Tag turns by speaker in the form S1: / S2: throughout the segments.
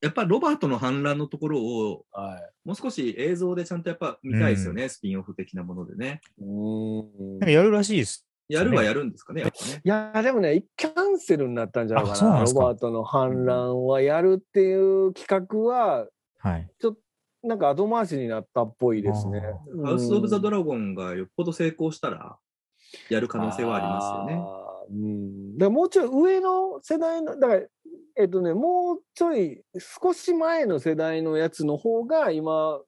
S1: やっぱロバートの反乱のところを、
S2: は
S1: もう少し映像でちゃんとやっぱ見たいですよね、スピンオフ的なものでね。
S2: い。うん
S3: なんかやるらしいです。
S1: やるはやるんですかね、やっぱね。
S2: いやーでもね、キャンセルになったんじゃない
S3: あ
S2: か
S3: そう
S2: な
S3: なんです
S2: ロ
S3: か
S2: バートの反乱はやるっていう企画は、
S3: はい。
S2: なんか後回しになったっぽいですね。うん
S1: ハウス・オブ・ザ・ドラゴンがよっぽど成功したら、やる可能性はありますよね。
S2: すよね。うん、だからもうちょい上の世代のだからえっとねもうちょい少し前の世代のやつの方が今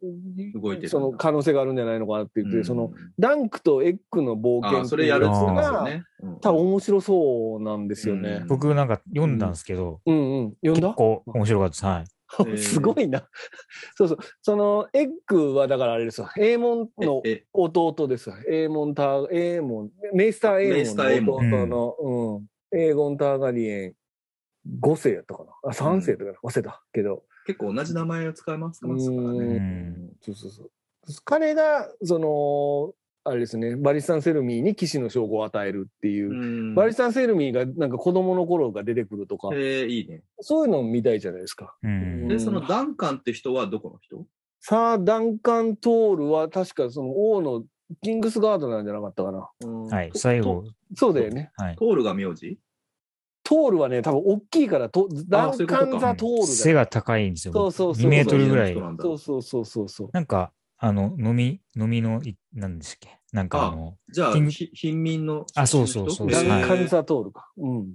S1: 動いてる
S2: その可能性があるんじゃないのかなって言って、
S1: うん
S2: そのダンクとエッグの冒険
S1: あそれやるっつ
S3: つ
S1: っ
S3: ってて
S1: ま
S3: ますす
S1: よ
S3: よ
S1: ね。
S2: 多分面白そうなんですよね。
S3: 僕なんか読んだんですけど、
S2: うん、うん、読ん
S3: 結
S2: だ
S3: 構面白かったです。はい。
S1: えー
S2: すごいな。そうそう。そのエッグはだからあれですよ。エーモンの
S1: ええ
S2: 弟ですよ。エーモンター、エーモン、メイスターエ
S1: メイスターエー
S2: ー
S1: モ
S2: モ
S3: ン
S2: ンの弟の、うん、エーゴン・ターガリエン、5世やったかな。あ、3世とかな。忘れたけど。
S1: 結構同じ名前を使いますから
S2: う
S1: ね。
S3: ん
S2: そうそうそう。彼が、その、あれですね、バリスタン・セルミーに騎士の称号を与えるっていうう。
S1: ん
S2: バリスタン・セルミーがなんか子供の頃が出てくるとか、
S1: えーいいね。
S2: そういうの見たいじゃないですか。
S3: うん
S2: う
S1: で、
S2: ん
S1: そのダンカンって人はどこの人
S2: サー・ダンカン・トールは確かその王のキングスガードなんじゃなかったかな。
S3: はい。最後、
S2: そうだよね。
S3: はい。
S1: トールが名字
S2: トールはね、多分大きいから、とダ
S1: あそういう
S2: ン
S1: こと
S2: カ
S1: か
S2: ン・ザ・トールだ
S3: 背
S2: よ。
S3: が高いんですよ。
S2: そうそうそう
S3: 2メートルぐらい。
S1: そうなんだ
S2: そうそうそうそうそう。
S3: なんか、あの、飲み、飲みのい、なんでしたっけなんかあの、
S1: じゃあ、
S3: 貧民
S1: ひ貧民の
S3: あそうそうそう
S1: 出
S2: ダ
S1: 身の
S2: ン
S1: 人
S2: カ
S1: へ
S2: ン・
S1: ー
S2: ザ・トールか。うん。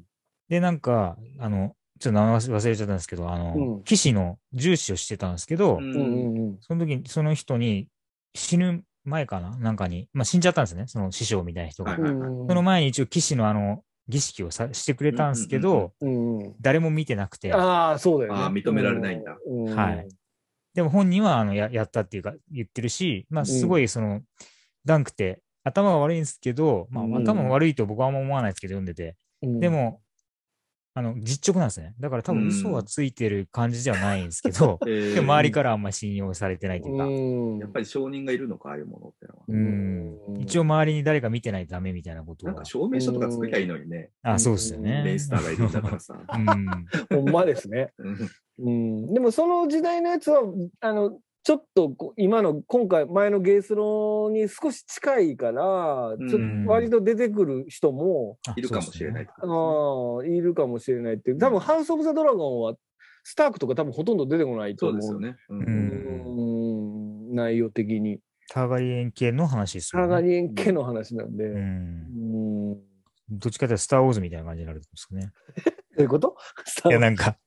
S3: で、なんか、あの、ちょっと名前忘れ忘れちゃったんですけど、あの、
S2: うん
S3: 騎士の重視をしてたんですけど、
S1: うん
S2: うんうんうん。
S3: その時に、その人に、死ぬ前かななんかに、まあ死んじゃったんですね、その師匠みたいな人が。
S1: はい
S2: うん
S3: その前に一応騎士のあの、儀式をさしてくれたんですけど、
S1: うんうんうん
S2: うんうん
S3: 誰も見てなくて、
S2: ああ、そうだよね。
S1: あー認められないんだ
S2: う。
S3: はいでも本人はあのややったっていうか言ってるし、まあすごいその、ダンクって頭が悪いんですけど、まあ
S2: うん
S3: 頭悪いと僕はあんま思わないですけど読んでて、
S2: うん
S3: で、も、あの、実直なんですね。だから多
S1: うん
S3: 分嘘はついてる感じではないんです けど、
S1: えー
S3: でも周りからあんま信用されてないというか、
S2: うん
S1: やっぱり証人がいるのか、ああいうものってのは。
S3: うん
S2: うん
S3: 一応周りに誰か見てないとダメみたいなこと
S1: なん
S3: は
S1: か証明書とか作りゃいいのにね。
S3: あ、そうですよね。
S1: レイスターがいるんだからさ。
S3: う
S2: ほ
S3: ん。
S2: んまですね。
S1: うん
S2: うん、でもその時代のやつはあのちょっとこう今の今回前のゲースローに少し近いからち
S1: う
S2: ょ
S1: ん
S2: 割と出てくる人も、
S3: あ
S1: いるかもしれないっ。て
S2: あ
S1: こ
S2: ーいるかもしれないっていう多
S1: うん
S2: 分「ハウス・オブ・ザ・ドラゴン」はスタークとか多分ほとんど出てこないと
S1: と
S2: 思
S1: で
S2: う
S1: すよね。そうですよね。う
S3: うんん
S2: うん内容的に
S3: ターガリエン系の話ですよ
S2: サ
S3: ね。
S2: ガリエン家の話なんで、
S3: う
S2: うん
S3: ん。
S2: ど
S3: どっちかというとスター・ウォーズみたいな感じになるんですかね。
S2: ういうことスタ
S3: いや、
S2: ー
S3: なんか、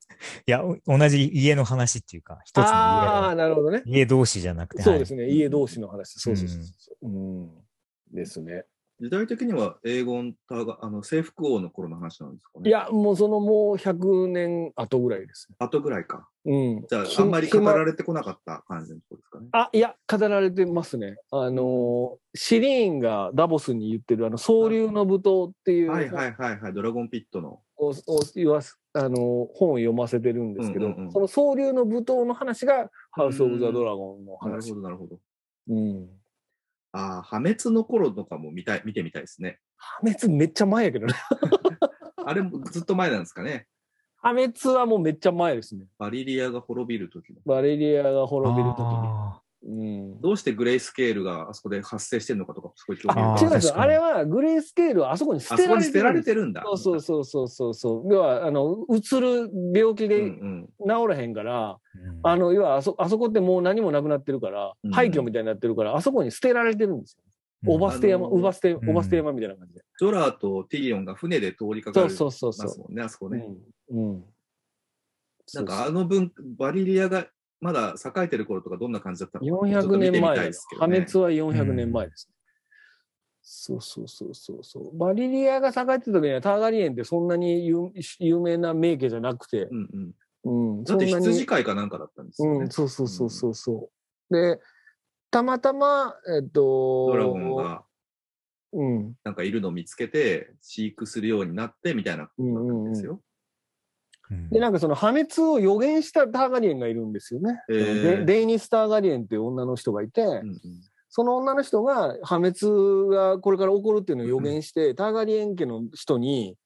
S3: いや、お同じ家の話っていうか、一
S2: あ
S3: つの
S2: あなるほどね
S3: 家の家同士じゃなくて。
S2: そうです
S3: ね。
S2: ね、家同士の話そうそうそうそう、うんですね
S1: 時代的には英語があの征服王の頃の話なんですかね。
S2: い、や、もうそのもう100年後ぐらいですね。
S1: 後ぐらいか。
S2: うん。
S1: じゃあ、
S2: き
S1: あんまり語ら
S2: き
S1: れてこなかった感じのとこですかね。
S2: まあ、いや、語られてますね。あのーシリーンがダボスに言ってる、あの、総流の舞踏っていう、
S1: はいはいはいはい、ドラゴンピットの。
S2: をを言わす、あのー本を読ませてるんですけど、
S1: うんうんうん
S2: その総流の舞踏の話が、ハウス・オブ・ザ・ドラゴン
S1: な
S2: の
S1: るほ
S2: 話。
S1: どなるほど。
S2: うん。
S1: ああ、破滅の頃とかも見たい、見てみたいですね。
S2: 破滅めっちゃ前やけどね。
S1: あれもずっと前なんですかね。
S2: 破滅はもうめっちゃ前ですね。
S1: バリリアが滅びる時の。
S2: バレリアが滅びる時に。
S3: あ
S2: うん。
S1: どうしてグレイスケールがあそこで発生してるのかとか、すごい興味
S2: あ
S1: あ
S3: ー
S2: 違うん
S1: る。
S2: です
S3: 確
S2: よ。
S3: か
S2: あ
S3: に
S2: れはグレースケールはあそこに捨
S1: あ
S2: て
S1: そ
S2: ら
S1: こ
S2: れ
S1: に
S2: てる
S1: 捨てられてるんだ。
S2: そうそうそうそうそうそう。要はあのうつる病
S1: うん
S2: 気
S1: う
S2: で
S1: ん。
S2: 治らへんから、
S3: ー
S2: あの要はあそあそこってもう何もなくなってるから、
S1: うん
S2: 廃墟みたいになってるからあそこに捨てられてるんですよ。
S3: うん
S2: おば捨て山、
S1: あのー
S2: おば捨て、
S3: うん
S2: おば捨て山みたいな感じで。
S1: ジョラーとティリオンが船で通りかか
S2: そ
S1: る
S2: うそうそうそ
S1: ます
S2: う。
S1: もんね、あそこ
S2: う
S1: ね。
S2: ん。うん。
S1: なんかあの分、バリリアがまだ栄えてる頃とかどんな感じだったのかちょっと
S2: 400
S1: 見てみ
S2: 年前
S1: たい
S2: で
S1: ですすけ
S2: 破
S1: ど
S2: 滅
S1: ね
S2: は400年前ですね。そうそうそうそうそう。バリリアが栄えてた時にはターガリエンってそんなに有有名な名家じゃなくて、
S1: うんうん。
S2: うん、
S1: だって
S2: そんなに
S1: 羊飼いかなんかだったんですよ
S2: う
S1: ね
S2: ん、。そうそうそうそうそう。で、たまたま、えっと、
S1: ドラゴンが
S2: うん、
S1: なんかいるのを見つけて、飼育するようになってみたいなことだったんですよ。
S3: うん
S2: で、なんかその破滅を予言したターガリエンがいるんですよね。
S1: へー
S2: でデイニス・ターガリエンっていう女の人がいて、
S1: うんうん
S2: その女の人が破滅がこれから起こるっていうのを予言して、ターガリエン家の人に、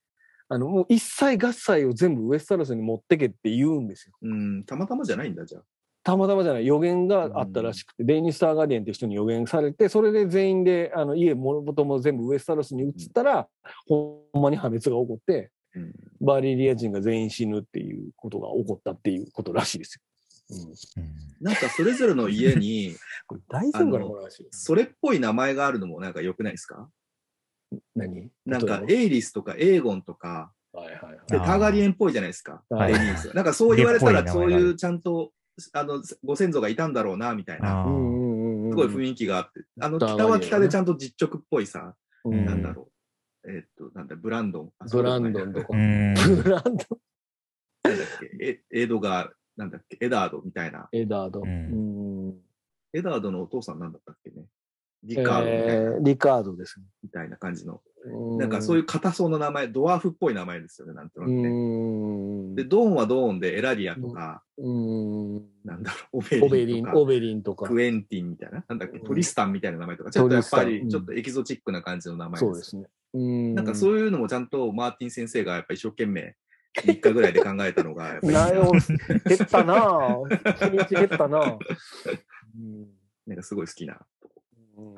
S2: あの、もう一切合切を全部ウエスタロスに持ってけって言うんですよ。
S1: うん、たまたまじゃないんだ、じゃあ。
S2: たまたまじゃない予言があったらしくて、デイニス・ターガーディアンっていう人に予言されて、それで全員で、あの、家もとも全部ウエスタロスに移ったら、ほんまに破滅が起こって、
S1: うん
S2: バリリア人が全員死ぬっていうことが起こったっていうことらしいですよ。うん、
S1: なんかそれぞれの家に、
S2: これ大丈夫か
S1: あ
S2: な
S1: の
S2: この話。
S1: それっぽい名前があるのもなんか良くないですか
S2: 何
S1: なんか
S2: 例、え
S1: エイリスとかエーゴンとか、
S2: ばはいはいはい。
S1: で
S3: あー
S1: ターガリエンっぽいじゃないですか。
S2: は
S1: デ
S2: い
S1: ニースなんかそう言われた
S3: で
S1: ら、
S3: っぽ
S1: そ
S3: いう名前がある
S1: いうちゃんと、あの、ご先祖がいたんだろうな、みたい
S3: あ
S1: な、
S3: ー
S2: うんうんうんうん、
S1: すごい雰囲気があって、あの、
S2: ターガリエン
S1: 北は北でちゃんと実直っぽいさ、
S2: う
S1: なん
S2: ん
S1: だろう。えっと、なんだ、ブランドン。あ
S2: ブランドン
S1: そ
S2: と
S1: う
S2: か。
S3: う
S2: ブ
S3: ん。
S2: ランドン。
S1: なんだっけエエドガー、なんだっけ、エダードみたいな。
S2: エダード。
S3: う
S2: うん
S1: エダードのお父さんなんだったっけね。リ
S2: リ
S1: カードみたいな,、
S2: リカードですね。
S1: みたいな感じの。
S2: う
S1: なんかそういうう硬そうな名前、ドワーフっぽい名前ですよね、なんとなくね。
S2: ん。
S1: で、ドーンはドーンで、エラリアとか、
S2: うん、
S1: なんだろう、オ
S2: オ
S1: ベ
S2: ベ
S1: リ
S2: リ
S1: ン
S2: ン、
S1: と
S2: オ
S1: か、
S2: ベリンとか。
S1: クエンティンみたいな、なんだっけ、
S2: うん
S1: トリスタンみたいな名前とか、ちょっとやっぱり、
S2: トリス
S1: ち
S2: タン
S1: ょっとエキゾチックな感じの名前
S2: そう
S1: で。
S2: ですすね。うん。
S1: なんかそういうのもちゃんとマーティン先生がやっぱ一生懸命、3日ぐらいで考えたのが、やっぱり
S2: なよ、減ったな ぁ。日にち減ったなぁ。うん
S1: なんかすごい好きな。
S2: うん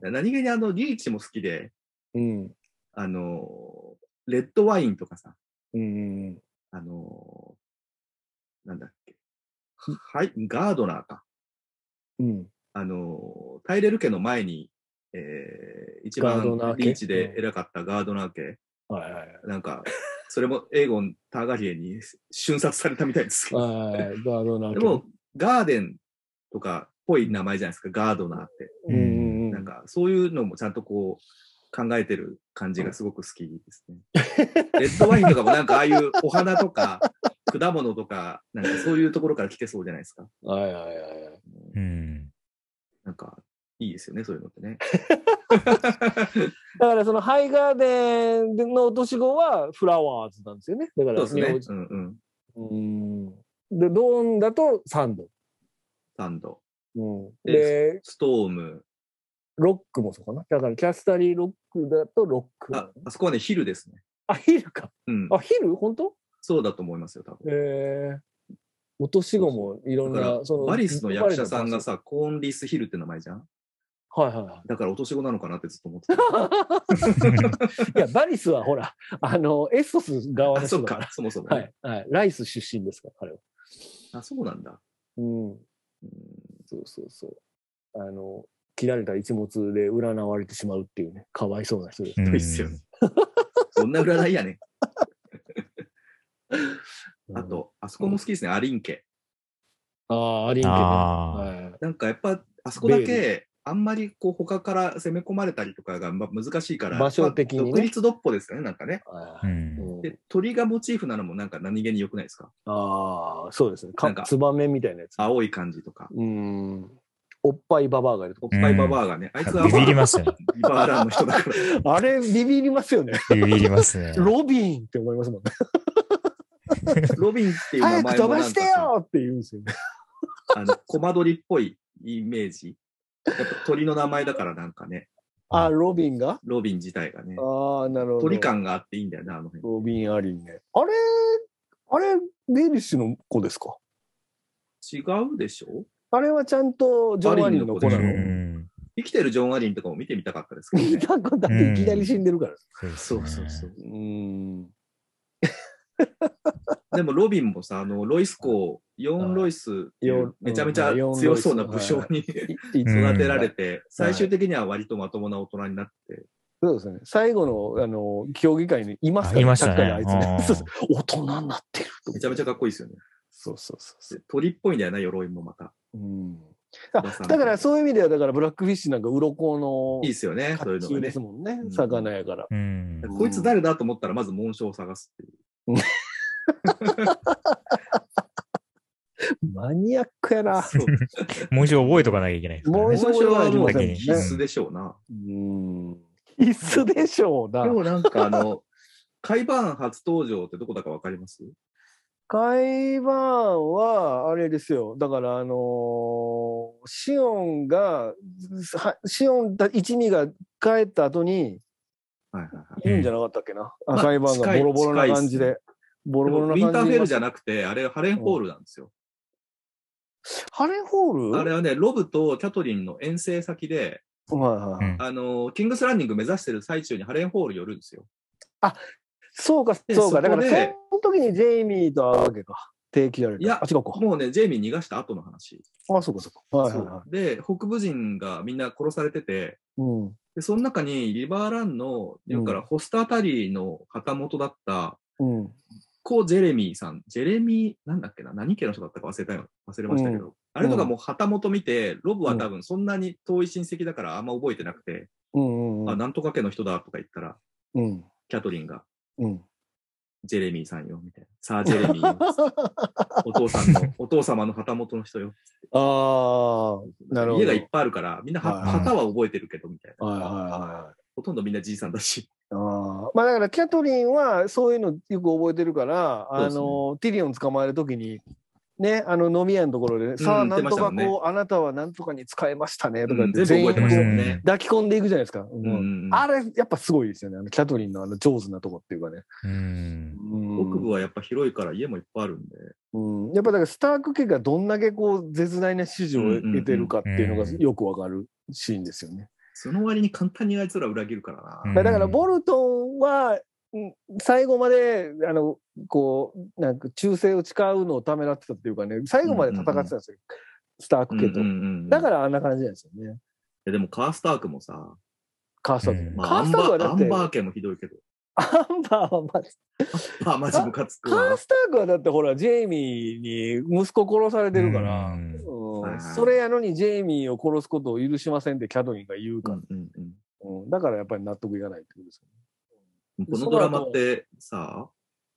S2: うん
S1: 何気にあの、リーチも好きで、
S2: うん
S1: あの、レッドワインとかさ、
S2: うんうん
S1: あのーなんだっけ。はい、ガードナーか。
S2: うん
S1: あのータイレル家の前に、えー一番
S2: ガードナー家
S1: リーチで偉かったガードナー家。
S2: はいはい
S1: なんか、それもエーゴン・ターガリエに瞬殺されたみたいですけど。
S2: はいはい。ガードナー
S1: でも、ガーデンとかっぽい名前じゃないですか、ガードナーって。
S2: うんうんうん
S1: なんか、そういうのもちゃんとこう、考えてる感じがすごく好きですね。レッドワインとかもなんかああいうお花と か、果物とか、なんかそういうところから来てそうじゃないですか。
S2: はいはいはいはい。
S3: うん。
S1: なんか、いいですよね、そういうのって ね。
S2: だからそのハイガーデンの年号はフラワーズなんですよね。だか
S1: そう
S2: ら
S1: ですね。
S2: 名字
S1: うんうん。
S2: うんで、ドーンだとサンド。
S1: サンド、
S2: うん、
S1: で
S2: で、
S1: ストーム。
S2: ロックもそうかな。だからキャスタリーロックだとロック。
S1: あ、あそこはね、ヒルですね。
S2: あ、ヒルか。
S1: うん。
S2: あ、ヒル本当
S1: そうだと思いますよ、多分。
S2: ええ落とし子もいろん
S1: だか
S2: な、
S1: ら、
S2: その。
S1: バリスの役者さんがさ、コーンリース・ヒルって名前じゃん
S2: バリスの。はいはいは
S1: だからお年子なのかなってずっと思 って
S2: い。いや、 バリスはほら、あの、エッソス側
S1: た。
S2: の
S1: あ、そっ
S2: 人だから。
S1: か、そもそも、ね
S2: はい、はい。ライス出身ですから、彼は。
S1: あ、そうなんだ。
S2: うん。
S1: うん
S2: そうそうそう。あの、切られた一物で占われてしまうっていうね、かわいそうな人 です。
S1: いっすよねそんな占いやね。あ
S2: うん。
S1: と、あそこも好きですね、アリン家。
S2: ああ、アリンケね。
S3: あ
S2: はい
S1: なんかやっぱ、あそこだ
S2: ベ
S1: け、あんまりこう他から攻め込まれたりとかがま難しいから、
S2: 場所的にね
S1: まあ独立独歩ですかね、なんかね。
S2: は
S3: う
S2: い。
S3: ん。
S2: うん
S1: で、鳥がモチーフなのもなんか何気に良くないですか
S2: ああ、そうですね。
S1: な
S2: か
S1: んか
S2: ツバメみたいなやつ。
S1: 青い感じとか。
S2: うん。おっぱいババアがいると
S1: お
S2: こ
S1: っ。ぱいババアがね、あいつは
S3: ビビりますよね。
S1: ビバーランの人だから。
S2: あれ、ビビりますよね。
S3: ビビりますね。
S2: ロビンって思いますもんね。
S1: ロビンっていう名前
S2: 早く
S1: も
S2: 飛
S1: なん
S2: ば
S1: か
S2: して
S1: さ
S2: よって言うんですよね。
S1: あの、コマ撮りっぽいイメージ。やっぱ鳥の名前だからなんかね、
S2: あ、ロビンが
S1: ロビン自体がね、
S2: ああ、なるほど。
S1: 鳥。感があっていいんだよね、あの辺。
S2: ロビンアリーね。あれ、あれ、デイリッシュの子ですか
S1: 違うでしょ
S2: あれはちゃんとジョン・アリーの子
S3: う
S2: なの。
S3: ん。
S1: 生きてるジョン・アリンとかも見てみたかったですけど
S2: 見
S1: ね。
S2: た子だっていきなり死んでるから。
S3: そうです
S1: そ
S3: ね
S1: うそうそう。。
S2: うん。
S1: でもロビンもさ、あの、ロイス校、ヨーン・ロイスっていう
S2: はい
S1: めちゃめちゃ
S2: ヨーンロイス
S1: 強そうな武将に
S2: いいつ
S3: うん
S1: 育てられて、最終的には割とまともな大人になって、
S2: そうですね。最後の、あの、競技会にいます
S3: あ
S2: から
S3: りました
S2: 確かにあいつ
S3: ね。
S2: そうそう大人になってると。
S1: めちゃめちゃかっこいいですよね。
S2: そうそうそうそう。
S1: で鳥っぽいんだよな、鎧もまた。
S2: うん、
S1: おばさん
S2: だからそういう意味ではだからブラックフィッシュなんか鱗の
S1: いいですよね、そういうの
S2: 甲冑
S1: が
S2: で
S1: ね
S2: す。もんね
S1: うん
S2: 魚やから、
S3: うん。
S2: ん
S1: こいつ誰だと思ったら、まず紋章を探すっていう。
S2: マニアックやな、
S1: そう
S3: もう一度覚えとかなきゃいけないですから
S2: もう
S1: 紋
S2: 一
S3: ね。
S1: 章はもう
S3: 先に
S1: 必須でしょうな。
S2: うん、必須でしょうな
S1: 今日なんかあの、 海バーン初登場ってどこだかわかります
S2: 海バーンはあれですよだからあのーシオンがはシオンた一味が帰った後に
S1: はいはいはい
S2: いいんじゃなかったっけな、
S1: ん
S2: 赤いバンが
S1: まあ近い
S2: ボロボロな感じ
S1: 近い
S2: で
S1: っ。
S2: ボロボロな
S1: ウ
S2: 感じ
S1: ィ
S2: で。
S1: ンターフェルじゃなくて、あれ、ハレンホールなんですよ。
S2: ハレンホール
S1: あれはね、ロブとキャトリンの遠征先で、
S2: はいはい。
S3: うん
S1: あの、キングスランディング目指してる最中にハレンホール寄るんですよ。
S2: そうか、
S1: で
S2: そうか。
S1: そ
S2: だ
S1: こ
S2: から、
S1: で
S2: その時にジェイミーと会うわけか。定期じゃない
S1: いや
S2: あ、違うか。
S1: もうね、ジェイミー逃がした後の話。
S2: あ、そうか、そうか。はいはい
S1: そ
S2: は
S1: うで、北部人がみんな殺されてて、
S2: い。うん。
S1: でその中にリバーランの、だからホスタータリーの旗元だった、
S2: うん。
S1: コ・ジェレミーさん、ジェレミー、なんだっけな、何家の人だったか忘れたよ、忘れましたけど、あれとかもう旗元見て、ロブは多分そんなに遠い親戚だからあんま覚えてなくて、
S2: うんうんうん。
S1: あ、なんとか家の人だとか言ったら、
S2: うん。
S1: キャトリンが、
S2: うん。
S1: ジェレミーさんよ、みたいな。さあ、ジェレミーよ。お父さんの、お父様の旗元の人よ。
S2: ああ、なるほど。
S1: 家がいっぱいあるから、みんなは
S2: はいはい
S1: 旗は覚えてるけど、みたいな。
S2: はいはいはいはい。
S1: ほとんどみんなじいさんだし。
S2: あーまあだからキャトリンはそういうのよく覚えてるから、
S1: そう
S2: あ
S1: ですね
S2: のティリオン捕まえるときにねあの飲み屋のところで、ねさあ
S1: うん
S2: なんと
S1: 言
S2: かこ
S1: っ
S2: う、
S1: てましたもん
S2: あなたはなんとかに使えましたねとか
S1: う
S2: 言っ
S1: ん
S2: て、
S1: 全部覚えてましたもん
S3: 全
S1: ね
S3: 員。
S2: 抱き込んでいくじゃないですか、
S1: うんうんうん
S2: あれやっぱすごいですよねあのキャトリンのあの上手なとこっていうかね、
S3: うん。
S1: 北部はやっぱ広いから家もいっぱいあるんで。
S2: うん、やっぱだからスターク家がどんだけこう絶大な支持を得てるかっていうのが
S3: うんうんうん
S2: よくわかるシーンですよね。
S1: その割に簡単にあいつら裏切るからな。
S3: うん
S2: だからボルトンはうん最後まであのこうなんか忠誠を誓うのをためらってたっていうかね最後まで戦ってたんですよ、スターク家と、
S1: うんうんうん
S2: だか
S1: い
S2: らあんな感じなんですよね
S1: やでもカースタークもさ、
S2: カースターク、
S3: うん
S1: ま
S2: カ
S1: あ、ア
S2: ー
S1: ン
S2: スタ
S1: バ
S2: ークは
S1: ー
S2: だ
S1: ア
S2: っ
S1: ン
S2: て
S1: バー家もひどいけど、
S2: アンバーはまあ
S1: まあマジムカつく
S2: カ
S1: わ
S2: ー。スタークはだってほらジェイミーに息子殺されてるから、
S3: う
S2: うん
S3: ん
S1: はい
S2: それやのにジェイミーを殺すことを許しませんってキャドリンが言う
S1: う
S2: から
S1: ん、うんうん
S2: うんだからやっぱり納得いかないってことです
S1: このドラマってさ、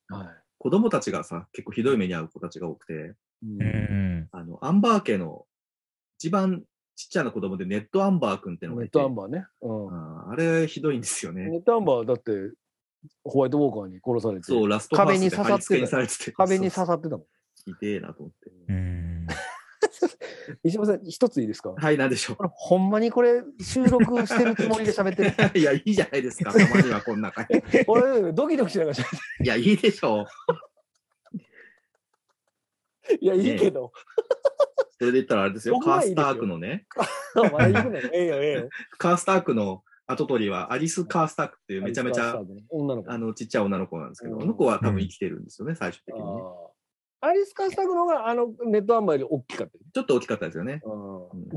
S2: よね、はい
S1: 子供たちがさ、結構ひどい目に遭う子たちが多くて、
S2: うん
S3: うん。
S1: あの、アンバー家の一番ちっちゃな子供でネットアンバー君ってのが
S2: ネ
S1: い
S2: ッ
S1: て、
S2: トアンバーね、うん
S1: あーあれひどいんですよね。
S2: ネットアンバーはだってホワイトウォーカーに殺されて
S1: そう、ラストファーストで
S2: 壁に刺さってた
S1: 貼り付けにされてて。
S2: 壁に刺さってたもん。
S1: そうそう痛えなと思って。
S3: うん。
S2: 石破さん一ついいですか
S1: はい、なんでしょ
S2: これほんまにこれ収録してるつもりで喋ってる
S1: う。い や、いいじゃないですか、たまにはこんな感じ。
S2: 俺ドキドキしながら喋っ
S1: いや、いいでしょう。
S2: ていやいいけど、
S1: それで言ったらあれ ですよ、
S2: 僕
S1: カー
S2: はいい
S1: ス
S2: ですよ
S1: タークのね、
S2: まだ行くのええよええよ
S1: カースタークの跡取りはアリス・カースタークっていうめちゃめち
S2: アリスカー
S1: ゃ
S2: スタークの女の子
S1: あのちっちゃい女の子なんですけど、
S2: うん
S1: あの子は多分生きてるんですよね、最終的にね。
S2: あーアリス・カースタグの方があのネットアンバーより大きかったよね
S1: ちょっと大きかったですよね。
S2: うん
S1: うん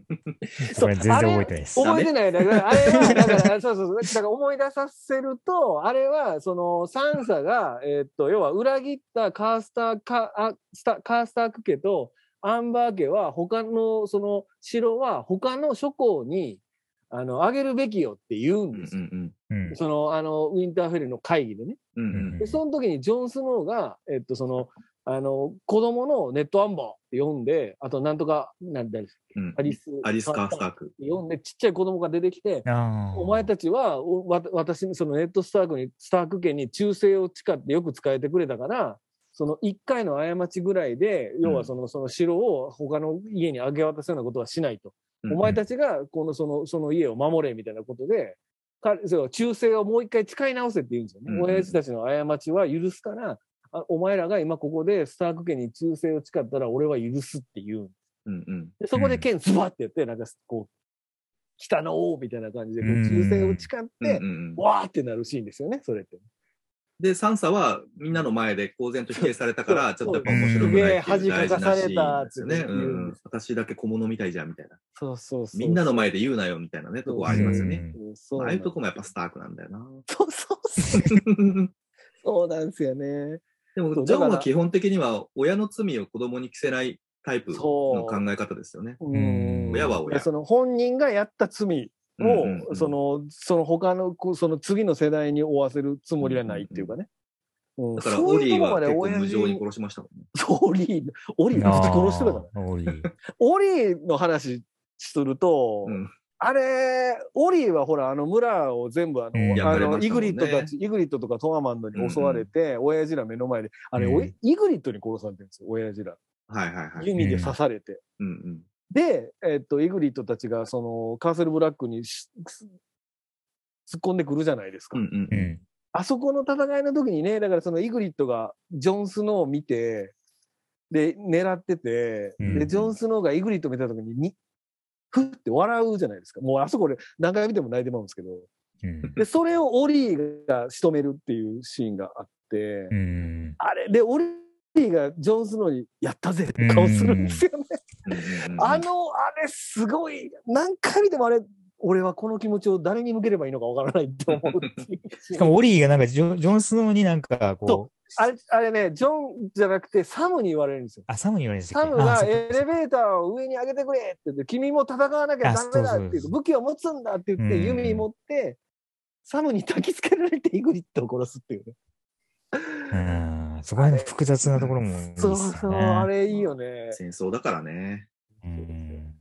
S3: これ全然覚えてないです
S1: そう。
S2: 覚えてないだからあれはだからそうそうそうだから思い出させるとあれはそのサンサが、えーっと要は裏切ったカースターカあスタカースターク家とアンバー家は他のその城は他の諸侯にあのあげるべきよって言
S1: う
S2: うん
S1: ん
S2: です
S1: う
S2: よ。
S1: ん
S3: うん。
S2: そのあのウィンターフェルの会議でね。
S1: うんうん
S2: でその時にジョン・スノーが、えーっと、そのあの子供のネットアンバーって呼んであとなんとかなんだっけ
S1: うん
S2: アリス
S1: アリス・カースターク。
S2: って呼んでちっちゃい子供が出てきて、
S3: ああ。
S2: お前たちはおわ私にそのネットスタークにスターク家に忠誠を誓ってよく使えてくれたからその1回の過ちぐらいで要はそのその城を他の家に明け渡すようなことはしないと、
S1: うん
S2: お前たちがこのそのその家を守れみたいなことで彼そう忠誠をもう一回誓い直せって言うんですよね、
S1: うん
S2: 親父たちの過ちは許すからあお前らが今ここでスターク家に忠誠を誓ったら俺は許すって言うん
S1: うんうん
S2: で、そこで剣ズバってやって、なんかこう、北の王みたいな感じで、こう
S3: うん
S2: 銃声を誓っ
S1: うんう
S2: て、
S1: んうん
S2: わーってなるシーンですよね、それって。
S1: で、サンサはみんなの前で公然と否定されたから、ちょっとやっぱ面白くないっていう大事なシーンなんですよね。
S2: すげえ
S1: う
S2: 恥かかされたって言うん
S1: んうん私だけ小物みたいじゃんみたいな。
S2: そうそうそう
S1: みんなの前で言うなよみたいなね、とこはありますよね。
S2: そう
S1: ああ
S2: ないん
S1: うとこもやっぱスタークなんだよな。
S2: そうそうそうそうなんですよね。
S1: で
S2: そ
S1: も、
S2: う
S1: ジョン
S2: だか
S1: は
S2: ら
S1: 基本的には親の罪を子供に着せないタイプの
S2: そう
S1: 考え方ですよね。
S2: うん
S1: 親は親
S2: その本人がやった罪を、
S1: うんうんうん
S2: その、その他の、こうその次の世代に負わせるつもりはないっていうかね。うん
S1: だから、
S2: そ
S1: オ
S2: うい
S1: リ
S2: う
S1: ー
S2: とこ
S1: は
S2: まで
S1: 結構無情に
S2: 親父
S1: 殺しましたもんね。
S2: そうオリー、オリー、
S3: あ
S2: 普通
S3: あ
S2: 殺してたから。
S3: オリー。
S2: オリーの話すると、
S1: うん
S2: あれ、オリーはほら、あの村を全部あの、
S3: うん
S1: 焼
S2: あ
S1: かれ
S2: の、
S1: まし
S2: イ
S1: た
S2: グ
S1: もんね
S2: リットたち、イグリットとかトアマンドに襲われて、親父ら目の前で、あれ、
S3: うん
S2: おいイグリットに殺されてるんですよ、親父ら。
S1: はいはいはい。
S2: 弓で刺されて。
S1: うんうん。
S2: で、えっと、イグリットたちが、その、カーセルブラックにし突っ込んでくるじゃないですか。
S1: うんうん
S3: う
S1: うん
S3: ん。
S2: あそこの戦いの時にね、だからそのイグリットがジョン・スノーを見て、で、狙ってて、
S3: うん
S2: で、ジョン・スノーがイグリットを見た時に、にふって笑うじゃないですか。もうあそこで何回見ても泣いてまうんですけど。
S3: うん
S2: で、それをオリーが仕留めるっていうシーンがあって、
S3: うん。
S2: あれ、で、オリーがジョン・スノーに、やったぜって顔するんですよね。
S1: うんうん
S2: あの、あれ、すごい、何回見てもあれ、俺はこの気持ちを誰に向ければいいのかわからないと思うっていう。
S3: しかもオリーがなんかジョジョン・スノーになんかこ、
S2: そうあれ、あれね、ジョンじゃなくてサムに言われるんですよ。
S3: あ、サムに言われるんです
S2: サムがエレベーターを上に上げてくれって言って、君も戦わなきゃダメだって
S3: あそう
S2: 言
S3: そう
S2: っ
S3: そ
S2: て、
S3: う
S2: 武器を持つんだって言って、
S3: うん
S2: 弓持って、サムに焚きつけられてイグリットを殺すっていうね。
S3: うん。そこら辺の複雑なところもいいっす
S2: そ
S3: よ
S2: う
S3: ね。
S2: そう、あれいいよね。
S1: 戦争だからね。
S3: うん。